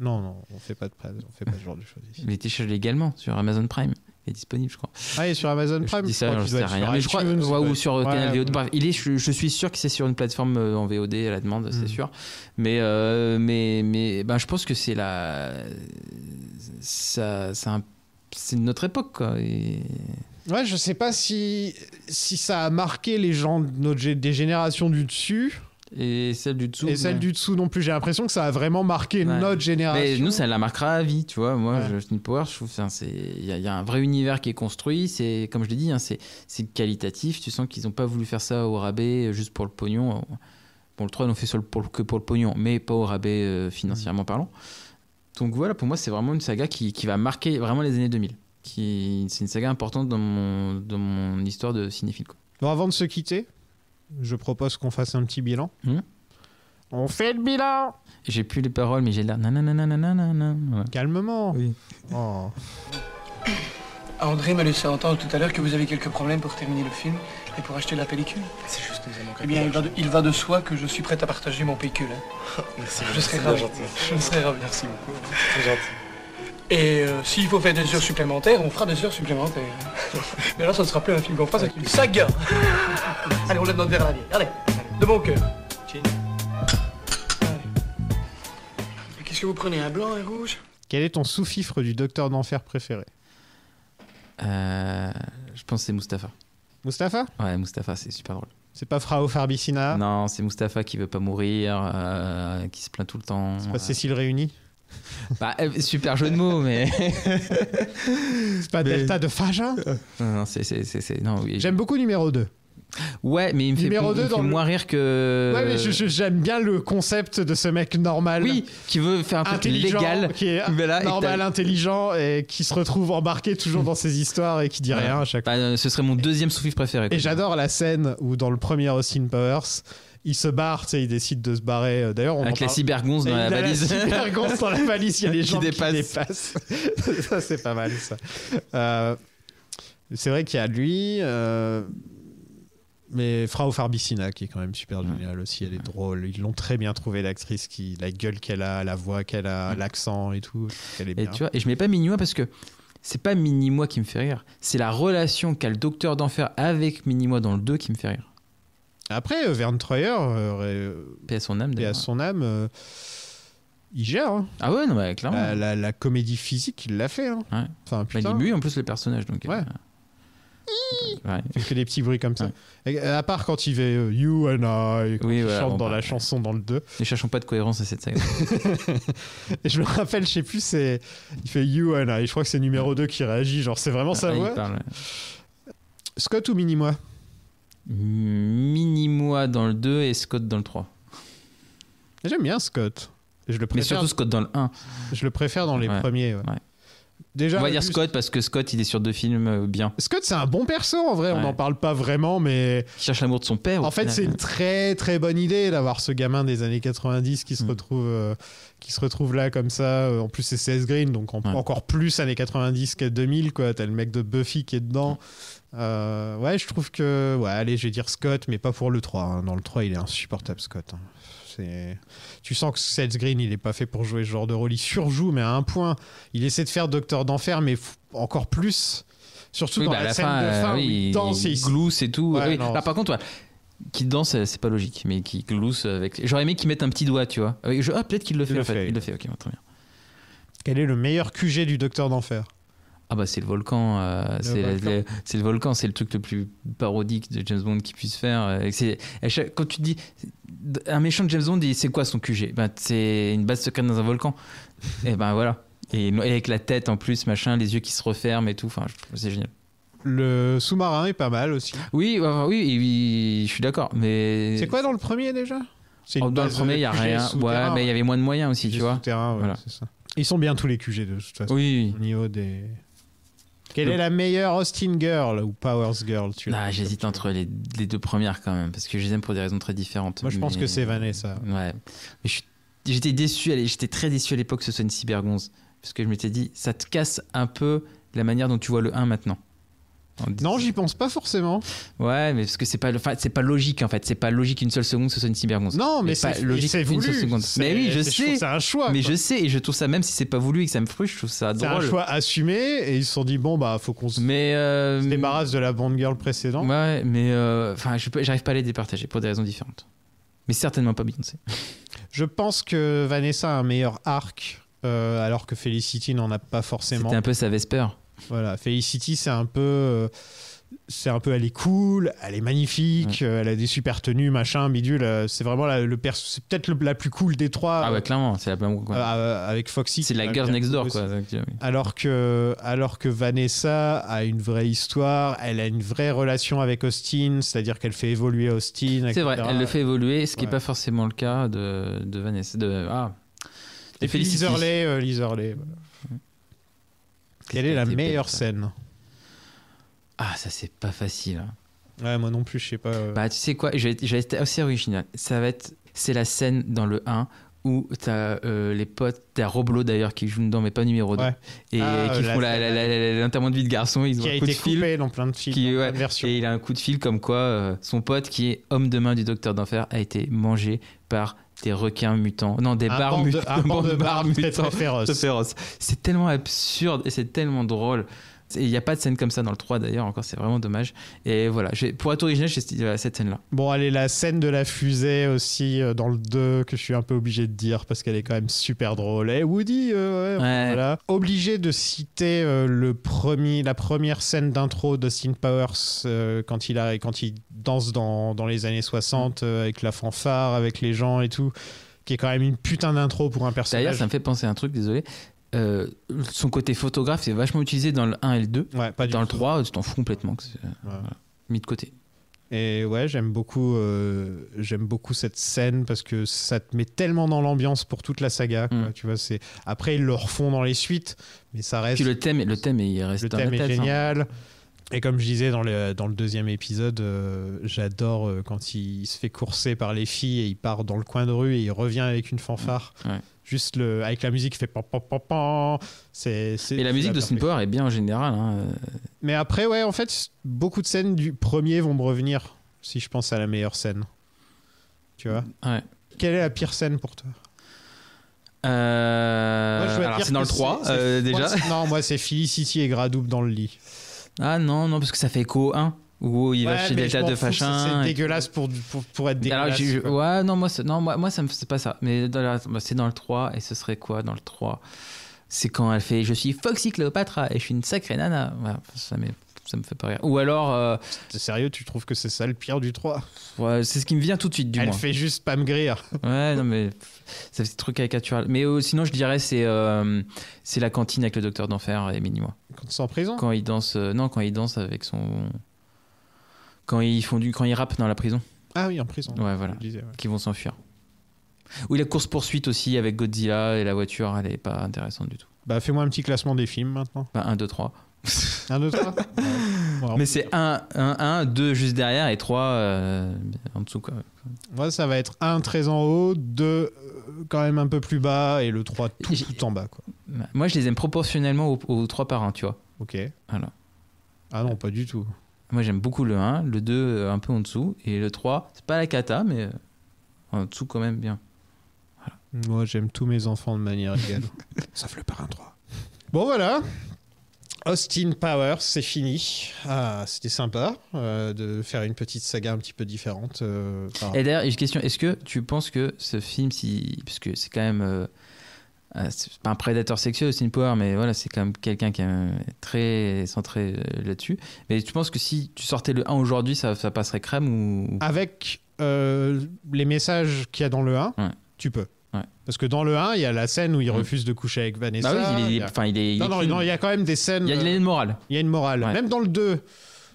Non, non, on fait pas de presse, on fait pas ce genre de choses ici.
mais téléchargez-le également sur Amazon Prime. Il est disponible, je crois.
Ah, et sur Amazon
Je
Prime,
dis
je crois
ça, j'en
qu'il doit
sais
être
rien.
sur
Mais je crois,
iTunes,
ouais,
doit
ou
être-
sur euh, Canal
Ouais,
VOD. Bref, il est, je, je suis sûr que c'est sur une plateforme euh, en VOD à la demande,
Mm.
c'est sûr. Mais, euh, mais, mais ben, je pense que c'est la. Ça, ça un- c'est notre époque, quoi. Et...
Ouais, je sais pas si, si ça a marqué les gens de notre, gé- des générations du dessus
Et celle du dessous.
et celles
ouais.
du dessous non plus. J'ai l'impression que ça a vraiment marqué
Ouais.
notre
Mais
génération.
nous, ça la marquera à vie, tu vois. Moi, je Austin Power, je trouve enfin, c'est il y, a- il y a un vrai univers qui est construit. C'est comme je l'ai dit, hein, c'est c'est qualitatif. Tu sens qu'ils n'ont pas voulu faire ça au rabais euh, juste pour le pognon. Euh, Bon, le 3, ils l'ont fait sur le- pour le- que pour le pognon, mais pas au rabais euh, financièrement parlant. Donc voilà, pour moi, c'est vraiment une saga qui, qui va marquer vraiment les années 2000. Qui, c'est une saga importante dans mon, dans mon histoire de cinéphile. quoi.
Bon, avant de se quitter, je propose qu'on fasse un petit bilan.
Hmm.
On fait le bilan
J'ai plus les paroles, mais j'ai l'air. nanananananana. Voilà.
Calmement.
Oui.
Oh.
André m'a laissé entendre tout à l'heure que vous avez quelques problèmes pour terminer le film et pour acheter la pellicule. C'est juste, Eh bien, il va, de, il va de soi que je suis prêt à partager mon pécule. hein. Je serai ravi. Je serai ravi. Merci beaucoup. Et euh, s'il faut faire des heures supplémentaires, on fera des heures supplémentaires. Mais là, ça ne sera plus un film qu'on fera, c'est une saga. Allez, on lève notre verre à la vieille. Allez, de bon cœur. Chin. Allez. Et Qu'est-ce que vous prenez Un blanc, un rouge
Quel est ton sous-fifre du Docteur d'Enfer préféré
Euh, je pense que c'est Mustapha.
Mustapha
Ouais, Mustapha, c'est super drôle.
C'est pas Frao Farbicina
Non, c'est Mustapha qui veut pas mourir, euh, qui se plaint tout le temps.
C'est pas Cécile Réunie
Bah, euh, super jeu de mots, mais.
C'est pas
Mais- Euh,
Delta de Fagin
non, non, c'est. c'est- c'est- c'est- non, oui.
J'aime beaucoup numéro 2.
Ouais, mais il me fait,
Numéro
il me
deux
fait
dans le-
moins rire que.
Ouais, mais je- je- j'aime bien le concept de ce mec normal.
Oui, qui veut faire un truc
intelligent,
légal.
qui est
mais là, et
normal, hein.
t'as-
intelligent et qui se retrouve embarqué toujours dans ses histoires et qui dit rien à chaque
Bah, euh, ce serait mon deuxième sous préféré. quoi.
Et j'adore la scène où dans le premier Austin Powers, il se barre, tu sais, il décide de se barrer. euh, D'ailleurs, on
Avec
en
la
parle-
cybergonce dans
Et
la
il a
valise.
La cybergonce dans la valise, il y a les
Qui
gens
dépassent.
qui dépassent. ça, c'est pas mal, ça. Euh, c'est vrai qu'il y a lui, euh, mais Frau Farbicina, qui est quand même super géniale aussi, elle est drôle. Ils l'ont très bien trouvé, l'actrice, qui, la gueule qu'elle a, la voix qu'elle a, l'accent et tout. Elle est
Et
bien.
tu vois, et je mets pas Minimois parce que c'est pas Minimois qui me fait rire, c'est la relation qu'a le Docteur d'Enfer avec Minimois dans le 2 qui me fait rire.
Après, euh, Verne Troyer, euh,
paix à son âme,
à son âme euh, il gère. hein.
Ah ouais, non, bah, clairement.
La, la- la comédie physique, il l'a fait. hein.
Ouais.
Enfin,
Bah, il
putain.
émue en plus le personnage, donc. Ouais. ouais.
Il fait des petits bruits comme ça. Et, euh, À part quand il fait euh, You and I, quand
Oui,
il
voilà,
chante
bon,
dans
bah,
la chanson dans le 2.
Ne cherchons pas de cohérence à cette saga.
Et je me rappelle, je sais plus, c'est. Il fait You and I. Je crois que c'est numéro 2 qui réagit. Genre, c'est vraiment sa
Ah, il
voix.
parle, ouais.
Scott ou Minimois
Minimois dans le 2 et Scott dans le 3.
J'aime bien Scott. Je le
Mais
préfère.
surtout Scott dans le 1.
Je le préfère dans les premiers. ouais. Déjà,
On va
le
dire
but-
Scott parce que Scott, il est sur deux films euh, bien.
Scott, c'est un bon perso en vrai. On n'en parle pas vraiment, mais.
Il cherche l'amour de son père. au
En fait,
final.
c'est une très très bonne idée d'avoir ce gamin des années 90 qui se
Mm.
retrouve euh, qui se retrouve là comme ça. Euh, En plus, c'est CS Green, donc en- encore plus années 90 que 2000 quoi. T'as le mec de Buffy qui est dedans.
Mm.
Euh, ouais, je trouve que ouais, allez, je vais dire Scott, mais pas pour le 3. hein. Dans le 3, il est insupportable Scott. hein. C'est- Tu sens que Seth Green, il est pas fait pour jouer ce genre de rôle. Il surjoue, mais à un point. Il essaie de faire Docteur d'enfer, mais f- encore plus. Surtout
Oui,
dans
bah, à
la, scène de
euh,
fin où
oui,
il danse et il se
glousse et tout.
Ouais,
Oui,
non.
là, par contre, ouais, qui danse, euh, c'est pas logique, mais qui glousse avec. J'aurais aimé qu'il mette un petit doigt, tu vois. Avec- je- Ah, peut-être qu'il le fait. en fait. Il le fait, ok, bon, très bien.
Quel est le meilleur QG du Docteur d'Enfer
Ah bah c'est le volcan, euh, c'est la-
volcan.
la- c'est le volcan, c'est le truc le plus parodique de James Bond qui puisse faire. euh, et c'est- à chaque- quand tu dis un méchant de James Bond, il dit c'est quoi son QG Ben c'est une base secrète dans un volcan. et ben voilà. Et, et avec la tête en plus, machin, les yeux qui se referment et tout. Enfin, je trouve- c'est génial.
Le sous-marin est pas mal aussi.
Oui, euh, oui, oui, je suis d'accord, mais
C'est quoi dans le premier déjà C'est
Oh,
une
dans le
base
premier, il y a
QG
rien.
souterrain,
Ouais, mais il y avait moins de moyens aussi, tu vois. Voilà.
Ils sont bien tous les QG de toute façon.
Oui.
Au niveau des. Quelle
Le-
est la meilleure Austin Girl ou Powers Girl tu
Ah, j'hésite entre les, les deux premières quand même, parce que je les aime pour des raisons très différentes.
Moi, je pense que c'est Vanessa.
Ouais. Mais je suis- j'étais déçu, à l'é- j'étais très déçu à l'époque que ce soit une cybergonze, parce que je m'étais dit, ça te casse un peu la manière dont tu vois le 1 maintenant.
Non, j'y pense pas forcément.
Ouais, mais parce que c'est pas, le- enfin, c'est pas logique en fait. C'est pas logique une seule seconde que ce soit une cybergonze.
Non, mais
pas
c'est-
logique
c'est
une seule
voulu.
seconde.
C'est-
Mais oui,
je
je
trouve
sais.
c'est un choix,
Mais
quoi.
je sais, et je trouve ça même si c'est pas voulu et que ça me frustre, je trouve ça
C'est un
drôle.
choix assumé et ils se sont dit bon bah faut qu'on se,
se
débarrasse de la Bond Girl précédente.
euh, Ouais, mais euh, enfin, je peux- j'arrive pas à les départager pour des raisons différentes. Mais certainement pas Beyoncé.
Je pense que Vanessa a un meilleur arc euh, alors que Felicity n'en a pas forcément.
C'était un peu sa Vesper.
Ah Voilà, Felicity, c'est un peu. euh, c'est un peu, elle est cool, elle est magnifique, euh, elle a des super tenues, machin, bidule. euh, c'est vraiment la, le perso- c'est peut-être le- la plus cool des trois.
Ah ouais, clairement, c'est la
Euh, avec Foxy.
C'est
qui
la
va
girl
bien
next door,
aussi.
quoi. Donc, euh, oui.
Alors que, alors que Vanessa a une vraie histoire, elle a une vraie relation avec Austin, c'est-à-dire qu'elle fait évoluer Austin.
C'est vrai,
etc..
elle le fait évoluer, ce qui n'est
Ouais.
pas forcément le cas de, de Vanessa. De, ah, de
Et puis Liz
Felicity.
Hurley, euh, Liz Hurley, voilà. Quelle est la meilleure scène
Ah, ça, c'est pas facile. hein.
Ouais, moi non plus, je sais pas. euh.
Bah, tu sais quoi, j'ai été assez original. Ça va être, c'est la scène dans le 1 où t'as euh, les potes, t'as Roblo d'ailleurs qui joue dedans, mais pas numéro 2.
Ouais.
Et
Ah,
qui
euh,
font
la-
la- la- la- la- l'intervention de vie de garçon, ils ont
qui
un
a
coup
été
de fil.
coupée dans plein de films.
Qui, ouais, et il a un coup de fil comme quoi euh, son pote qui est homme de main du docteur d'enfer a été mangé par des requins mutants. Non, des
Un
barres
pan de-
mutants.
un pan de barres très, très féroce.
hein. C'est tellement absurde et c'est tellement drôle. C'est- Il n'y a pas de scène comme ça dans le 3 d'ailleurs, encore, c'est vraiment dommage. Et voilà, j'ai- pour être original, j'ai euh, cette scène-là.
Bon, allez, la scène de la fusée aussi euh, dans le 2 que je suis un peu obligé de dire parce qu'elle est quand même super drôle. Et Woody, euh, ouais, voilà. Obligé de citer euh, le premier, la première scène d'intro d'Austin Powers euh, quand, il a, quand il danse dans, dans les années 60 euh, avec la fanfare, avec les gens et tout, qui est quand même une putain d'intro pour un personnage.
D'ailleurs, ça me fait penser à un truc, désolé. Euh, son côté photographe, c'est vachement utilisé dans le 1 et le 2. dans le 3, tu t'en fous complètement. que c'est- euh, voilà, Mis de côté.
Et ouais, j'aime beaucoup, euh, j'aime beaucoup cette scène parce que ça te met tellement dans l'ambiance pour toute la saga.
Mm.
quoi, tu vois, c'est après ils le refont dans les suites, mais ça reste.
Puis le thème, le thème il reste
le
dans la
thème est
tête, hein.
génial. Et comme je disais dans le, dans le deuxième épisode, euh, j'adore euh, quand il, se fait courser par les filles et il part dans le coin de rue et il revient avec une fanfare.
Ouais.
Juste le, avec la musique qui fait pan pan pan pan. C'est, c'est-
Et la
c'est
musique de
perfection.
Sin Power est bien en général. hein.
Mais après, ouais, en fait, beaucoup de scènes du premier vont me revenir si je pense à la meilleure scène. Tu vois
Ouais.
Quelle est la pire scène pour toi
Euh,
Moi, je vais
alors,
dire
c'est dans
que
le 3,
c'est-
euh,
c'est-
déjà.
Non, moi, c'est Felicity et Gradouble dans le lit.
Ah non, non, parce que ça fait écho au 1, où il va
Ouais,
chez
mais
Delta
je m'en
de
fous, c'est-
Fachin.
C'est
et-
dégueulasse pour, pour, pour être
Alors,
dégueulasse.
j'ai- je-
quoi.
ouais, non, moi, c'est- non, moi, moi, ça me- c'est pas ça. Mais dans la- bah, c'est dans le 3, et ce serait quoi dans le 3 C'est quand elle fait Je suis Foxy Cléopatra et je suis une sacrée nana. Voilà, ça, m'est- ça me fait pas rire. Ou alors. euh,
Sérieux, tu trouves que c'est ça le pire du 3
Ouais, c'est ce qui me vient tout de suite, du
Elle
moins.
fait juste pas me grir.
Ouais, non, mais pff, ça fait des trucs caricatural. Mais euh, sinon, je dirais, c'est euh, c'est la cantine avec le docteur d'enfer et Minimois.
Quand ils sont en prison
Quand ils dansent. euh, non, quand ils dansent avec son. Quand ils font du. Quand ils rappent dans la prison.
Ah oui, en prison.
Ouais, voilà.
Je disais, ouais.
Qui vont s'enfuir. Ou la course-poursuite aussi avec Godzilla et la voiture, elle est pas intéressante du tout.
Bah, fais-moi un petit classement des films maintenant.
Bah, 1, 2, 3.
1, 2, 3
Mais c'est 1, 1, 1, 2 juste derrière et 3 en dessous, quoi.
Moi, ça va être 1 très en haut, 2 quand même un peu plus bas et le 3 tout, tout en bas. Quoi.
Moi, je les aime proportionnellement aux, 3 par 1, tu vois.
Ok.
Voilà.
Ah non, pas du tout.
Moi, j'aime beaucoup le 1, le 2 euh, un peu en dessous, et le 3, c'est pas la cata, mais euh, en dessous quand même bien.
Moi, j'aime tous mes enfants de manière égale. Sauf le parrain 3. Bon, voilà. Austin Powers, c'est fini. Ah, C'était sympa euh, de faire une petite saga un petit peu différente. euh, par-
Et d'ailleurs, j'ai une question, est-ce que tu penses que ce film, si, parce que c'est quand même... euh, euh, c'est pas un prédateur sexuel, c'est une power, mais voilà, c'est quand même quelqu'un qui est euh, très centré euh, là-dessus. Mais tu penses que si tu sortais le 1 aujourd'hui, ça, ça passerait crème ou...
Avec euh, les messages qu'il y a dans le 1,
Ouais.
tu peux.
Ouais. Mm.
Parce que dans le 1, il y a la scène où il refuse de coucher avec Vanessa.
Bah oui, il est-
y a-
enfin, il est- il
Non,
est
non,
clean.
non, il y a quand même des scènes.
Il, y a, il
euh,
a une morale.
Il y a une morale. Même dans le 2.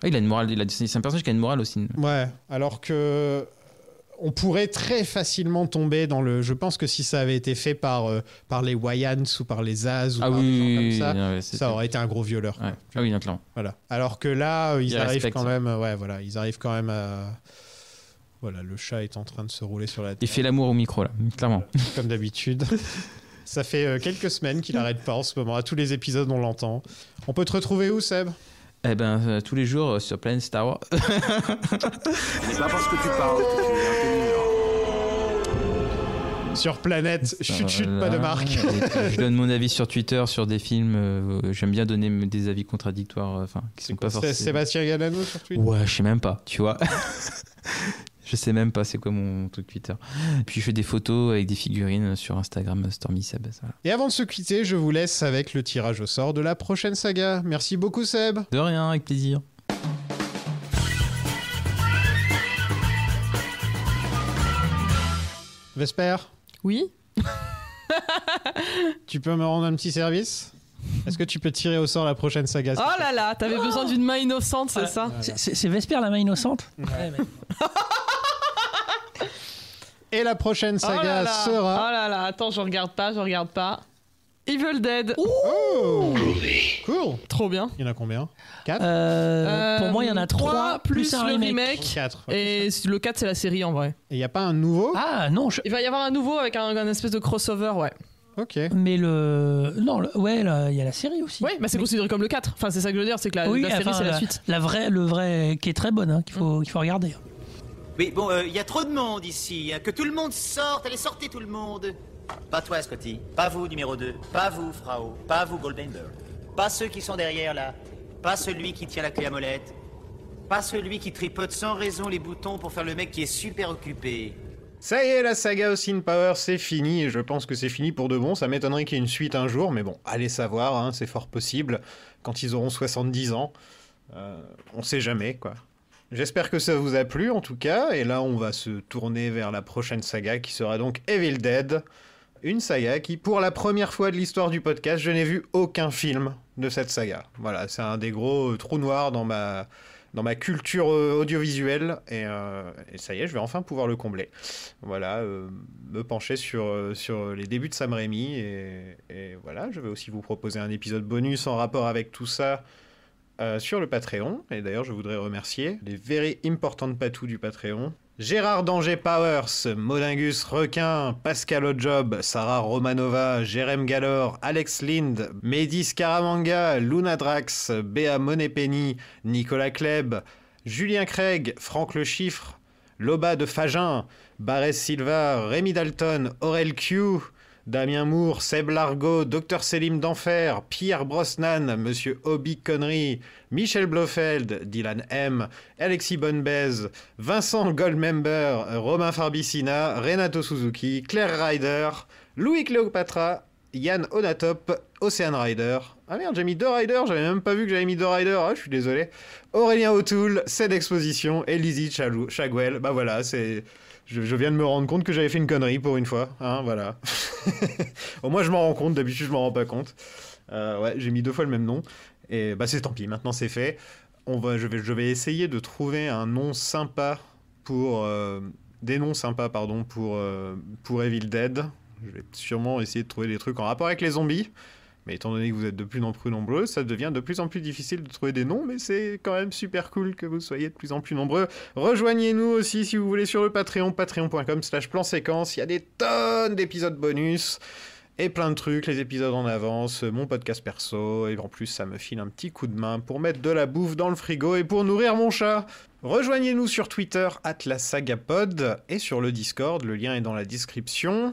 il a une morale. Il a- C'est un personnage qui a une morale aussi.
Ouais, alors que euh, on pourrait très facilement tomber dans le. Je pense que si ça avait été fait par, euh, par les Wayans ou par les Az ou
Ah
par
oui,
des gens
oui,
comme
oui,
ça,
non, ouais, c'est-
ça aurait été un gros violeur.
Ouais. Ah oui, non, clairement.
Voilà. Alors que là, euh, ils,
Ils
arrivent
respectent.
quand même. euh, Ouais, voilà, ils arrivent quand même à. Voilà, le chat est en train de se rouler sur la
Il
tête,
fait l'amour au micro, là, clairement.
comme d'habitude. ça fait euh, quelques semaines qu'il n'arrête pas en ce moment. À tous les épisodes, on l'entend. On peut te retrouver où, Seb
Eh ben, euh, tous les jours euh, sur Planet Star Wars.
n'est pas parce que tu parles que tu es intelligent.
Sur Planète, chut chut, pas de
Voilà.
marque.
Et je donne mon avis sur Twitter, sur des films. euh, J'aime bien donner m- des avis contradictoires, euh, enfin, qui sont pas
C'est
forcément.
Sébastien Galano sur Twitter
Ouais, je sais même pas, tu vois. je sais même pas c'est quoi mon truc Twitter. Puis je fais des photos avec des figurines sur Instagram euh, Stormy Seb. voilà.
Et avant de se quitter, je vous laisse avec le tirage au sort de la prochaine saga. Merci beaucoup Seb.
De rien, avec plaisir.
Vesper,
Oui
tu peux me rendre un petit service Est-ce que tu peux tirer au sort la prochaine saga s'il
Oh
te plaît
là là, t'avais besoin d'une main innocente, c'est ça
C'est Vesper la main innocente
Et la prochaine
Oh
saga
là là,
sera...
Oh là là, attends, je regarde pas, je regarde pas. Evil Dead.
Oh Cool
Trop bien.
Il y en a combien 4
Euh,
Pour moi, il y en a
trois,
trois
plus,
plus un
le
remake.
remake.
Quatre.
Et le 4, c'est la série en vrai.
Et il n'y a pas un nouveau
Ah non, je-
Il va y avoir un nouveau avec un, un espèce de crossover, ouais.
Ok.
Mais le. Non, le- ouais, là, il y a la série aussi.
Oui, bah c'est considéré comme le 4. Enfin, c'est ça que je veux dire, c'est que la,
oui,
la série,
enfin,
c'est la, suite.
La vraie, le vrai, qui est très bonne, hein, qu'il faut, qu'il faut regarder.
Oui, bon, euh, il y a trop de monde ici. hein. Que tout le monde sorte. Allez, sortez tout le monde. Pas toi, Scotty. Pas vous, numéro 2. Pas vous, Frau. Pas vous, Goldbender. Pas ceux qui sont derrière, là. Pas celui qui tient la clé à molette. Pas celui qui tripote sans raison les boutons pour faire le mec qui est super occupé.
Ça y est, la saga Austin Power, c'est fini, et je pense que c'est fini pour de bon. Ça m'étonnerait qu'il y ait une suite un jour, mais bon, allez savoir, hein, c'est fort possible, quand ils auront 70 ans. Euh, on sait jamais, quoi. J'espère que ça vous a plu, en tout cas, et là, on va se tourner vers la prochaine saga, qui sera donc Evil Dead. Une saga qui, pour la première fois de l'histoire du podcast, je n'ai vu aucun film de cette saga. Voilà, c'est un des gros euh, trous noirs dans ma, dans ma culture euh, audiovisuelle, et, euh, et ça y est, je vais enfin pouvoir le combler. Voilà, euh, me pencher sur, euh, sur les débuts de Sam Raimi, et, et voilà, je vais aussi vous proposer un épisode bonus en rapport avec tout ça euh, sur le Patreon. Et d'ailleurs, je voudrais remercier les very important patous du Patreon. Gérard Danger Powers, Modingus Requin, Pascal Ojob, Sarah Romanova, Jérém Galor, Alex Lind, Mehdi Scaramanga, Luna Drax, Béa Monépény, Nicolas Kleb, Julien Craig, Franck Le Chiffre, Loba de Fagin, Barès Silva, Rémi Dalton, Aurel Q, Damien Moore, Seb Largo, Dr Selim d'Enfer, Pierre Brosnan, Monsieur Hobby Connery, Michel Blofeld, Dylan M, Alexis Bonbez, Vincent Goldmember, Romain Farbicina, Renato Suzuki, Claire Ryder, Louis Cléopatra, Yann Onatop, Ocean Rider. Ah merde, j'ai mis deux riders, j'avais même pas vu que j'avais mis deux riders, ah, je suis désolé. Aurélien O'Toole, Ced Exposition et Lizzie Chalou- Chaguel. Bah voilà, c'est. Je, je viens de me rendre compte que j'avais fait une connerie pour une fois, hein, voilà. Au moins je m'en rends compte, d'habitude je m'en rends pas compte. Euh, ouais, j'ai mis deux fois le même nom. Et bah c'est tant pis, maintenant c'est fait. On va, je, vais, je vais essayer de trouver un nom sympa pour... euh, des noms sympas, pardon, pour, euh, pour Evil Dead. Je vais sûrement essayer de trouver des trucs en rapport avec les zombies. Mais étant donné que vous êtes de plus en plus nombreux, ça devient de plus en plus difficile de trouver des noms, mais c'est quand même super cool que vous soyez de plus en plus nombreux. Rejoignez-nous aussi si vous voulez sur le Patreon, patreon.com slash plan séquence. Il y a des tonnes d'épisodes bonus et plein de trucs, les épisodes en avance, mon podcast perso, et en plus ça me file un petit coup de main pour mettre de la bouffe dans le frigo et pour nourrir mon chat. Rejoignez-nous sur Twitter, atlasagapod, et sur le Discord, le lien est dans la description.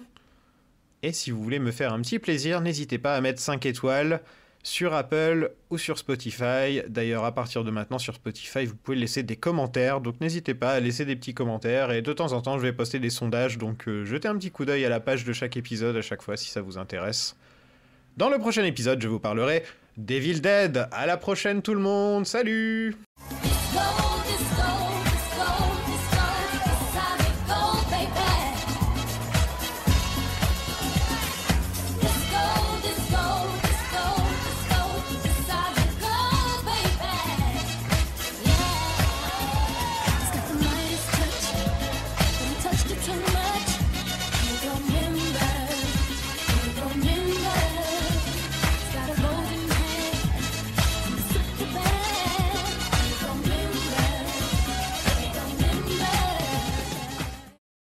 Et si vous voulez me faire un petit plaisir, n'hésitez pas à mettre 5 étoiles sur Apple ou sur Spotify. D'ailleurs, à partir de maintenant sur Spotify, vous pouvez laisser des commentaires. Donc n'hésitez pas à laisser des petits commentaires. Et de temps en temps, je vais poster des sondages. Donc euh, jetez un petit coup d'œil à la page de chaque épisode à chaque fois si ça vous intéresse. Dans le prochain épisode, je vous parlerai d'Evil Dead. À la prochaine tout le monde. Salut
Go